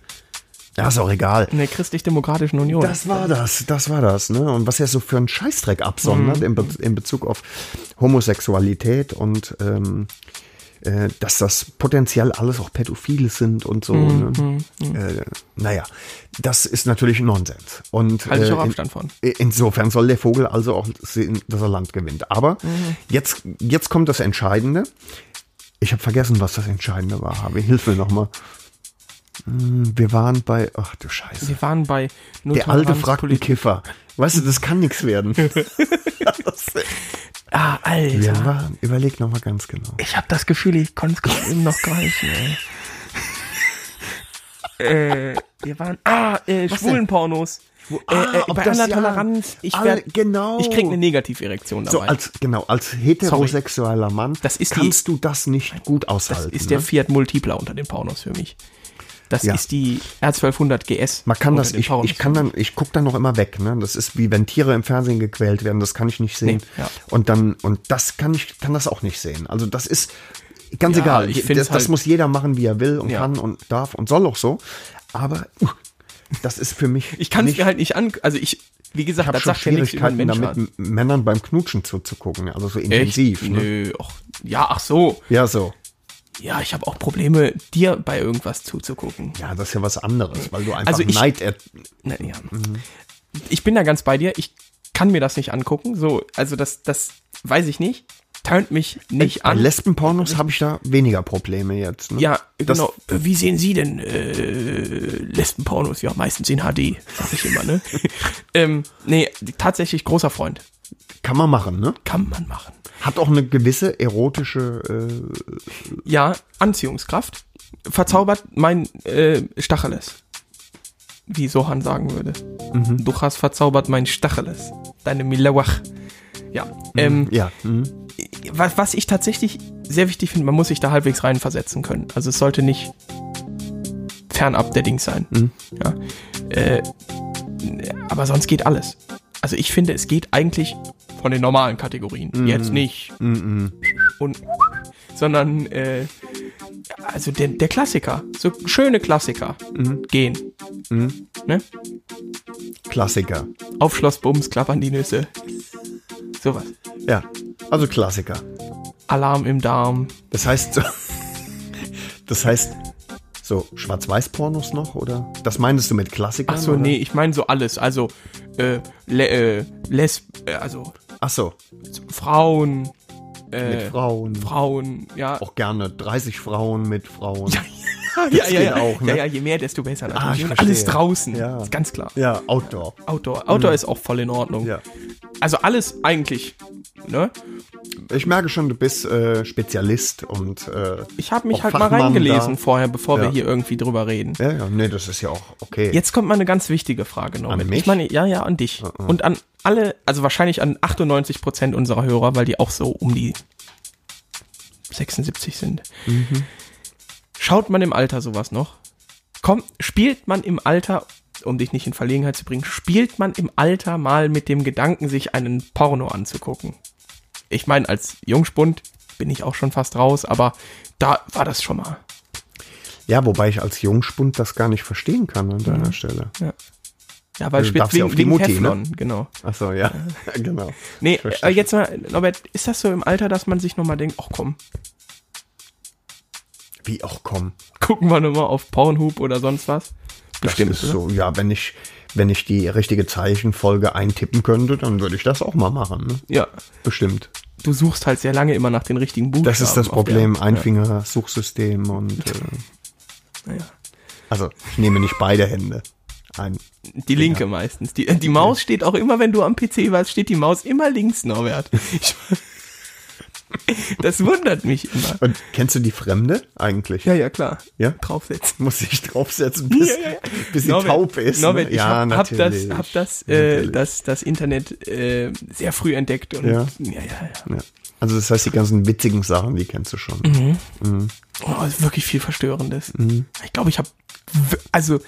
Ja, ist auch egal.
In der christlich-demokratischen Union.
Das war das, das war das, ne? Und was er so für einen Scheißdreck absondert
Mhm.
in, Be in Bezug auf Homosexualität und ähm, äh, dass das potenziell alles auch Pädophile sind und so.
Mhm.
Ne? Äh, naja, das ist natürlich Nonsens. Und äh,
Halte ich auch
in-
Abstand von.
Insofern soll der Vogel
Mhm.
also auch sehen, dass er Land gewinnt. Aber jetzt, jetzt kommt das Entscheidende. Ich habe vergessen, was das Entscheidende war. Harvey, hilf mir nochmal. Wir waren bei. Ach du Scheiße.
Wir waren bei
Der alte
Nulltoleranz
fragt den
Politik.
Kiffer. Weißt du, das kann nichts werden.
Ah, Alter.
Wir waren, überleg nochmal ganz genau.
Ich habe das Gefühl, ich konnte es gerade eben noch greifen, ey. äh, wir waren. Ah, äh, Schwulenpornos.
Ah,
äh, äh,
ob
bei
das
aller
ja-
Toleranz, ich
Alle-
werd,
genau.
ich krieg eine Negativerektion
So
dabei.
als genau als heterosexueller Mann
Das ist die-
kannst du das nicht gut
das
aushalten.
ist der
ne?
Fiat Multipla unter den Pornos für mich. Das
Ja.
ist die R1200 GS.
Man kann
unter
das
den
ich,
Pornos.
ich kann dann ich guck dann noch immer weg. Ne? Das ist wie wenn Tiere im Fernsehen gequält werden. Das kann ich nicht sehen.
Nee, ja.
Und dann und das kann ich kann das auch nicht sehen. Also das ist ganz
Ja,
egal.
ich
das,
find's
das
halt-
muss jeder machen, wie er will und
Ja.
kann und darf und soll auch so. Aber uh, das ist für mich
Ich kann es
nicht
mir halt nicht an. Also ich, wie gesagt,
habe
das
schon
sagt ja nichts über einen
Schwierigkeiten
Menschen
damit,
an.
M- Männern beim Knutschen zuzugucken, also so
Echt?
intensiv. Ne?
Nö, och, ja, ach so.
Ja, so.
Ja, ich habe auch Probleme, dir bei irgendwas zuzugucken.
Ja, das ist ja was anderes, weil du einfach
Also ich-
Neid er
Naja.
Mhm.
Ich bin da ganz bei dir. Ich kann mir das nicht angucken. So, also das, das weiß ich nicht. Tönt mich nicht
Bei
an.
Lesbenpornos habe ich da weniger Probleme jetzt. Ne?
Ja,
das,
genau. Wie sehen Sie denn äh, Lesbenpornos? Ja, meistens in HD, sag ich immer, ne? ähm, nee, tatsächlich großer Freund.
Kann man machen, ne?
Kann man machen.
Hat auch eine gewisse erotische. äh,
Ja, Anziehungskraft. Verzaubert mein äh, Stacheles. Wie Sohan sagen würde. Du hast verzaubert mein Stacheles. Deine Milawach. Ja. Ähm,
Äh, ja. Mhm.
was, was ich tatsächlich sehr wichtig finde, man muss sich da halbwegs reinversetzen können. Also es sollte nicht fernab der Dings sein. Ja. Äh, aber sonst geht alles. Also ich finde, es geht eigentlich von den normalen Kategorien. Jetzt nicht. Und sondern äh, also der, der Klassiker. So schöne Klassiker gehen. Ne?
Klassiker.
Auf Schlossbums klappern die Nüsse. Sowas.
Ja. Also Klassiker.
Alarm im Darm.
Das heißt. so- das heißt. So, Schwarz-Weiß-Pornos noch, oder? Das meinst du mit Klassikern?
Ach so,
oder?
nee, ich meine so alles. Also, äh, le äh, les äh, also
Ach so,
Frauen, äh,
mit Frauen.
Frauen, ja.
Auch gerne 30 Frauen mit Frauen.
ja, ja,
geht
ja.
auch, ne?
ja, ja, je mehr, desto besser natürlich.
ich
Und alles
verstehe.
draußen,
Ja.
ist ganz klar.
Ja, Outdoor.
Outdoor, Outdoor ist auch voll in Ordnung.
Ja.
Also alles eigentlich, ne?
Ich merke schon, du bist äh, Spezialist und. Äh,
Ich habe mich
auch
halt mal
Fachmann
reingelesen
da.
vorher, bevor wir
Ja.
hier irgendwie drüber reden.
Ja, ja, nee, das ist ja auch okay.
Jetzt kommt mal eine ganz wichtige Frage noch.
An
mit.
mich? Äh,
Ich meine, ja, ja, an dich. Und an alle, also wahrscheinlich an 98 Prozent unserer Hörer, weil die auch so um die 76 sind.
Mhm.
Schaut man im Alter sowas noch? Kommt, spielt man im Alter, um dich nicht in Verlegenheit zu bringen, spielt man im Alter mal mit dem Gedanken, sich einen Porno anzugucken? Ich meine, als Jungspund bin ich auch schon fast raus, aber da war das schon mal.
Ja, wobei ich als Jungspund das gar nicht verstehen kann an deiner
Mhm.
Stelle.
Ja, weil
Also
spielt
darfst ja
wegen,
auf die
wegen
Mutti, ne?
Teflon, genau.
Ach so, ja, genau.
Nee,
Verstehe.
äh, jetzt mal, Norbert, ist das so im Alter, dass man sich nochmal denkt, ach komm,
Wie auch komm.
gucken wir nochmal auf Pornhub oder sonst was?
Das Stimmt, ist so. Ja, wenn ich, wenn ich die richtige Zeichenfolge eintippen könnte, dann würde ich das auch mal machen. Ne?
Ja.
Bestimmt.
Du suchst halt sehr lange immer nach den richtigen Buchstaben.
Das ist das
auf der-
Problem. Einfinger-Suchsystem und äh,
Naja.
also ich nehme nicht beide Hände. Ein.
Die linke meistens. Die, die Maus steht auch immer, wenn du am PC warst, steht die Maus immer links, Norbert. Ich, das wundert mich immer.
Und kennst du die Fremde eigentlich?
Ja, ja, klar.
Ja?
Draufsetzen.
Muss ich draufsetzen, bis, bis sie
Norbert,
taub ist. ne?
Norbert, ich
ja,
hab, hab das,
natürlich.
hab das, äh,
Natürlich.
das, das Internet äh, sehr früh entdeckt und
Ja.
ja, ja. ja.
Ja. Also das heißt, die ganzen witzigen Sachen, die kennst du schon.
Mhm. Oh, ist wirklich viel Verstörendes.
Mhm.
Ich glaube, ich habe w- also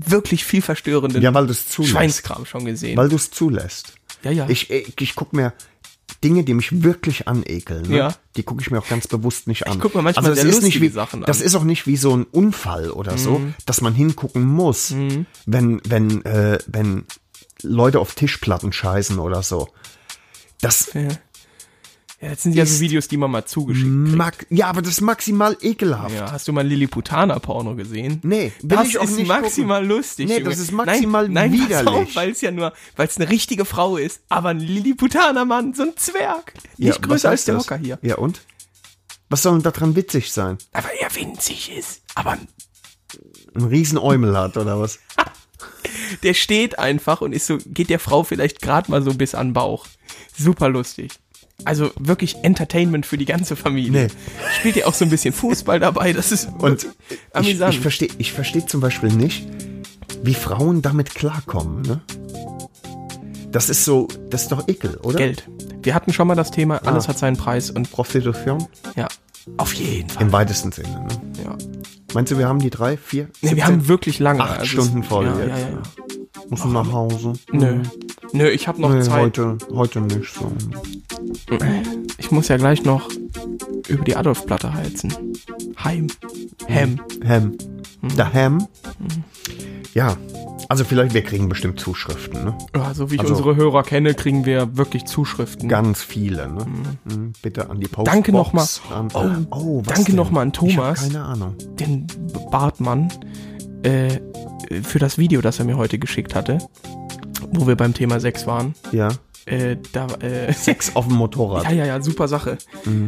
wirklich viel verstörenden
Ja, weil du es zulässt.
Schweinskram schon gesehen.
Weil du es zulässt.
ja, ja.
Ich, äh, ich gucke mir Dinge, die mich wirklich anekeln, ne?
Ja.
die gucke ich mir auch ganz bewusst nicht an. Also
guck mir manchmal
das
sehr
ist nicht
lustige
wie,
Sachen an. Mhm.
Das ist auch nicht wie so ein Unfall oder so, dass man hingucken muss, wenn, wenn, äh, wenn Leute auf Tischplatten scheißen oder so. Das
ja, jetzt sind ja so Videos, die man mal zugeschickt kriegt.
mag, ja, aber das ist maximal ekelhaft.
Ja, hast du mal Lilliputaner-Porno gesehen?
Nee, will
das
ich auch
ist
nicht
maximal
gucken.
lustig.
Nee,
Junge.
das ist maximal
nein, nein, pass auf,
widerlich.
Weil es ja nur, weil es eine richtige Frau ist, aber ein Lilliputaner-Mann, so ein Zwerg. Nicht
was
größer als
heißt
der
das?
Hocker hier.
Ja, und? Was soll denn daran witzig sein?
Aber er winzig ist. Aber
Ein Riesenäumel hat oder was?
der steht einfach und ist so, geht der Frau vielleicht gerade mal so bis an den Bauch. Super lustig. Also wirklich Entertainment für die ganze Familie.
Nee.
Spielt ja auch so ein bisschen Fußball dabei. Das ist
Und ich,
amüsant.
ich verstehe ich versteh zum Beispiel nicht, wie Frauen damit klarkommen. Ne? Das ist so, das ist doch ekel, oder?
Geld. Wir hatten schon mal das Thema, alles
Ah.
hat seinen Preis und
Prostitution?
ja, auf jeden Fall.
Im weitesten Sinne. Ne?
Ja.
Meinst du, wir haben die drei, vier?
Nee, wir
17?
haben wirklich lange. also
acht
es-
Stunden voll
Ja,
jetzt.
ja, ja, ja.
Musst du nach Hause? Hm.
Nö. Nö, ich habe noch
Nee,
Zeit.
heute, heute nicht so.
Ich muss ja gleich noch über die Adolfplatte heizen. Heim. Hem.
Ham.
Hm.
Der Ham? Ja. Also vielleicht, wir kriegen bestimmt Zuschriften, ne?
Ja, so wie ich
Also-
unsere Hörer kenne, kriegen wir wirklich Zuschriften.
Ganz viele, ne? Mhm. Bitte an die Post.
Danke nochmal.
Oh, oh, was
danke
denn?
nochmal an
Ich hab
Thomas,
keine Ahnung.
den Bartmann, äh, für das Video, das er mir heute geschickt hatte, wo wir beim Thema Sex waren.
Ja.
Äh, da, äh,
Sex auf dem Motorrad.
ja, ja, ja, super Sache.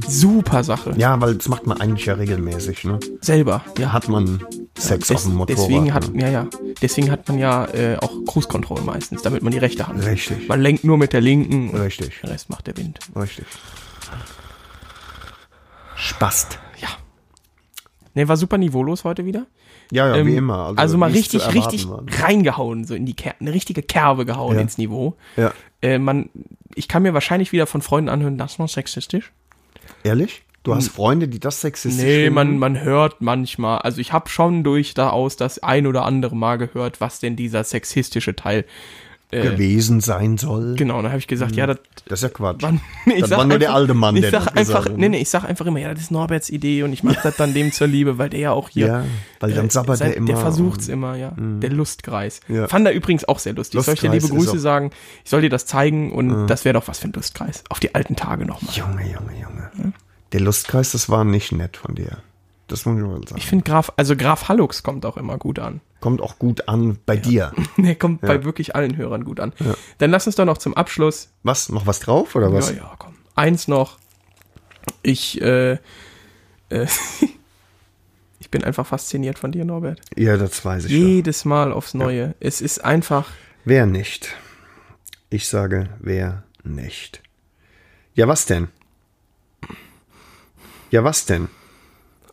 Super Sache.
Ja, weil das macht man eigentlich ja regelmäßig, ne?
Selber. Ja.
Hat man Sex auf
Des,
dem Motorrad.
deswegen hat,
ne?
ja, ja. Deswegen hat man ja äh, auch Cruise Control meistens, damit man die rechte Hand.
Richtig.
Man lenkt nur mit der linken. und
Richtig.
Den Rest macht der Wind.
Richtig. Spast.
Ja. Ne, war super niveaulos heute wieder.
Ja, ja,
Ähm,
wie immer.
Also, mal
wie es zu
richtig,
erwarten
richtig
war. ne?
reingehauen, so in die Ker eine richtige Kerbe gehauen
Ja.
ins Niveau.
Ja.
Äh, man, ich kann mir wahrscheinlich wieder von Freunden anhören, das war sexistisch.
Ehrlich? Du hast Freunde, die das sexistisch
Hm. Nee,
finden?
man, man hört manchmal, also ich habe schon durch da aus das ein oder andere Mal gehört, was denn dieser sexistische Teil. äh,
gewesen sein soll.
Genau, und dann habe ich gesagt, ja, das
Das ist ja Quatsch.
Mann,
Mhm. das war nur der alte Mann,
ich
der
sag
das
einfach,
gesagt hat.
nee, nee, ich sag einfach immer, ja, das ist Norberts Idee und ich mache das dann dem zur Liebe, weil der ja auch hier.
Ja, weil dann sabbert
sein-
er immer. Mhm.
Der versucht's immer, ja. Der Lustkreis.
Ja.
Fand er übrigens auch sehr lustig. soll ich dir liebe
Lustkreis ist
Grüße
auch- Mhm.
sagen? Ich soll dir das zeigen und das wäre doch was für ein Lustkreis. Auf die alten Tage nochmal.
Junge, Junge, Junge.
Mhm.
Der Lustkreis, das war nicht nett von dir. Das muss ich mal sagen.
Ich finde Graf, also Graf Hallux kommt auch immer gut an.
Kommt auch gut an bei dir.
Der kommt bei wirklich allen Hörern gut an. Dann lass uns doch noch zum Abschluss
Was? Noch was drauf oder was?
Ja, ja, komm. Eins noch. Ich, äh, äh, ich bin einfach fasziniert von dir, Norbert.
Ja, das weiß ich schon.
Jedes Mal aufs Neue. Es ist einfach.
Wer nicht? Ich sage, wer nicht? Ja, was denn? Ja, was denn?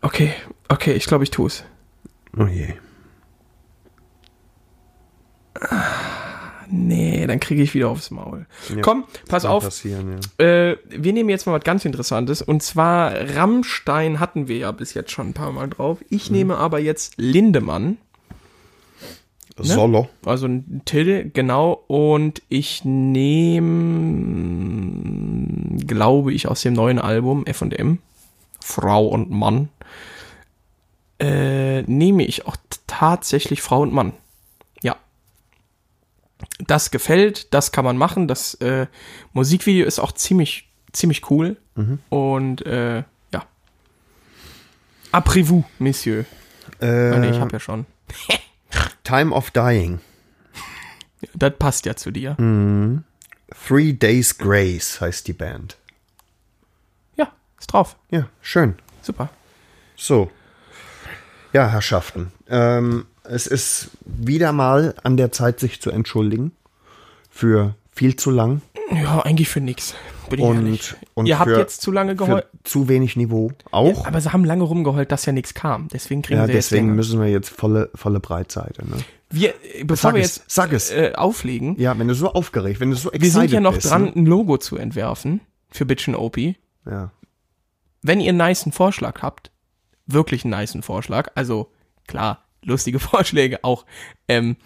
Okay, okay, ich glaube, ich tue es.
Oh je.
Nee, dann kriege ich wieder aufs Maul. Komm, pass
Kann
auf.
Passieren, ja.
Äh, wir nehmen jetzt mal was ganz Interessantes. Und zwar Rammstein hatten wir ja bis jetzt schon ein paar Mal drauf. Ich
Mhm.
nehme aber jetzt Lindemann.
Solo.
Also ein Till, genau. Und ich nehme, glaube ich, aus dem neuen Album FM, Frau und Mann, äh, nehme ich auch t- tatsächlich Frau und Mann. Ja. Das gefällt, das kann man machen. Das äh, Musikvideo ist auch ziemlich, ziemlich cool. Und äh, ja. Après vous, Monsieur. Ah, nee, ich
Äh,
habe ja schon.
Time of Dying.
Das passt ja zu dir.
Three Days Grace heißt die Band.
Ja, ist drauf.
Ja, schön.
Super.
So. Ja, Herrschaften. Ähm, es ist wieder mal an der Zeit, sich zu entschuldigen für viel zu lang,
Ja, eigentlich für nix. Bin ich
Und-
ehrlich.
und
Ihr habt
für-
jetzt zu lange
für
geheult.
zu wenig Niveau auch.
Aber sie haben lange rumgeheult, dass ja nichts kam. Deswegen kriegen
Ja,
sie jetzt
deswegen
länger.
müssen wir jetzt volle, volle Breitseite. Ne?
wir, äh, Bevor
Sag
wir
es,
jetzt
sag es.
Äh, auflegen,
Ja, wenn du so aufgeregt, wenn du so excited
wir sind ja noch
bist,
dran,
Ne?
ein Logo zu entwerfen für Bitchin' Opie.
Ja.
wenn ihr einen nicen Vorschlag habt, wirklich einen nicen Vorschlag, also klar, lustige Vorschläge auch, ähm,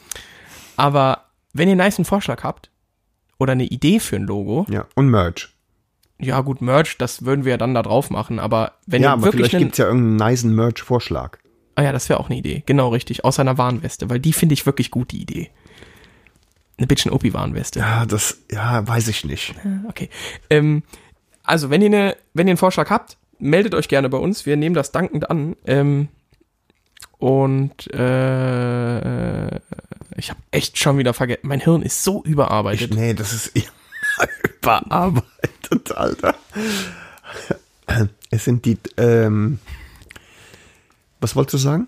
aber wenn ihr einen nicen Vorschlag habt oder eine Idee für ein Logo,
ja. Und Merch.
ja gut, Merch, das würden wir ja dann da drauf machen, aber wenn
ja,
ihr
aber
wirklich
vielleicht
einen,
gibt's ja irgendeinen niceen Merch-Vorschlag.
Ah ja, das wäre auch eine Idee. Genau, richtig. Außer einer Warnweste, weil die finde ich wirklich gut, die Idee. Eine bisschen Opi-Warnweste.
Ja, das, ja, weiß ich nicht.
Okay. Ähm, also, wenn ihr, eine, wenn ihr einen Vorschlag habt, meldet euch gerne bei uns. Wir nehmen das dankend an. Ähm, und äh, ich habe echt schon wieder vergessen. Mein Hirn ist so
Ich,
überarbeitet.
nee, das ist überarbeitet, Alter. Es sind die, ähm, was wolltest du sagen?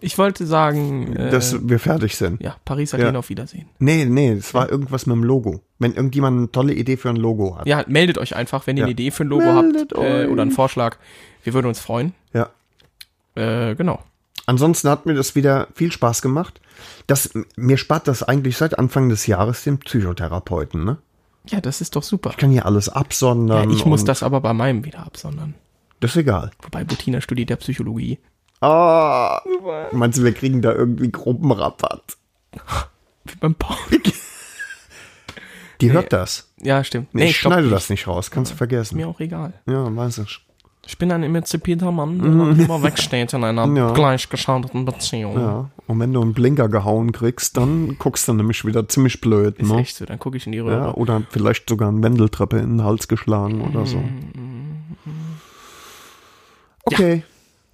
Ich wollte sagen, äh,
Dass wir fertig sind.
ja, Paris hat
Ja.
ihn auf Wiedersehen.
Nee, nee, es war irgendwas mit dem Logo. Wenn irgendjemand eine tolle Idee für ein Logo hat.
Ja, meldet euch einfach, wenn ihr
Ja.
eine Idee für ein Logo
Meldet
habt äh,
euch.
oder einen Vorschlag. Wir würden uns freuen.
ja.
Äh, genau.
Ansonsten hat mir das wieder viel Spaß gemacht. Das, mir spart das eigentlich seit Anfang des Jahres den Psychotherapeuten. Ne?
Ja, das ist doch super.
Ich kann hier alles absondern.
Ja, ich muss
und-
das aber bei meinem wieder absondern.
Das ist egal.
Wobei Bettina studiert ja Psychologie.
Ah, meinst du, wir kriegen da irgendwie Gruppenrabatt?
Wie beim Paul.
Die hört das.
Ja, stimmt.
Nee, ich
stopp,
schneide das nicht raus. Kannst du
Ist
vergessen.
mir auch egal.
Ja, weiß ich.
Ich bin ein emanzipierter Mann, der noch immer wegsteht in einer
Mhm. Ja.
gleichgeschalteten Beziehung.
Ja. Und wenn du einen Blinker gehauen kriegst, dann guckst du nämlich wieder ziemlich blöd.
Ist
Ne?
echt so, dann gucke ich in die
Ja,
Röhre.
oder vielleicht sogar eine Wendeltreppe in den Hals geschlagen oder so.
Mm,
Okay,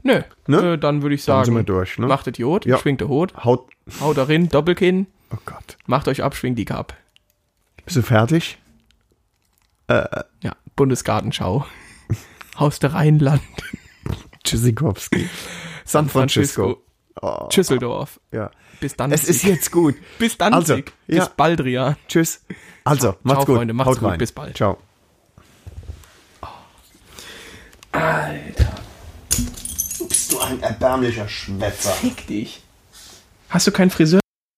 Nö,
Ne?
Äh, dann würde ich
Dann
sagen,
sind wir durch, ne?
macht das Jod,
Ja.
schwingt der Hot,
haut.
haut darin, Doppelkinn,
Oh Gott.
macht euch ab, schwingt die Kap.
Bist du fertig?
Ja, Bundesgartenschau. Haus der Rheinland,
Tschüssikowski. San Francisco.
Francisco, Schüsseldorf.
Ja.
Bis dann.
Oh. Es ist jetzt gut.
bis dann.
Also, ja.
Bis bald, Rian.
Tschüss. Also, macht's gut.
Freunde, macht's
Haut
gut.
rein.
Bis bald.
Ciao.
Alter,
Bist du ein erbärmlicher Schwätzer.
fick dich. Hast du keinen Friseur?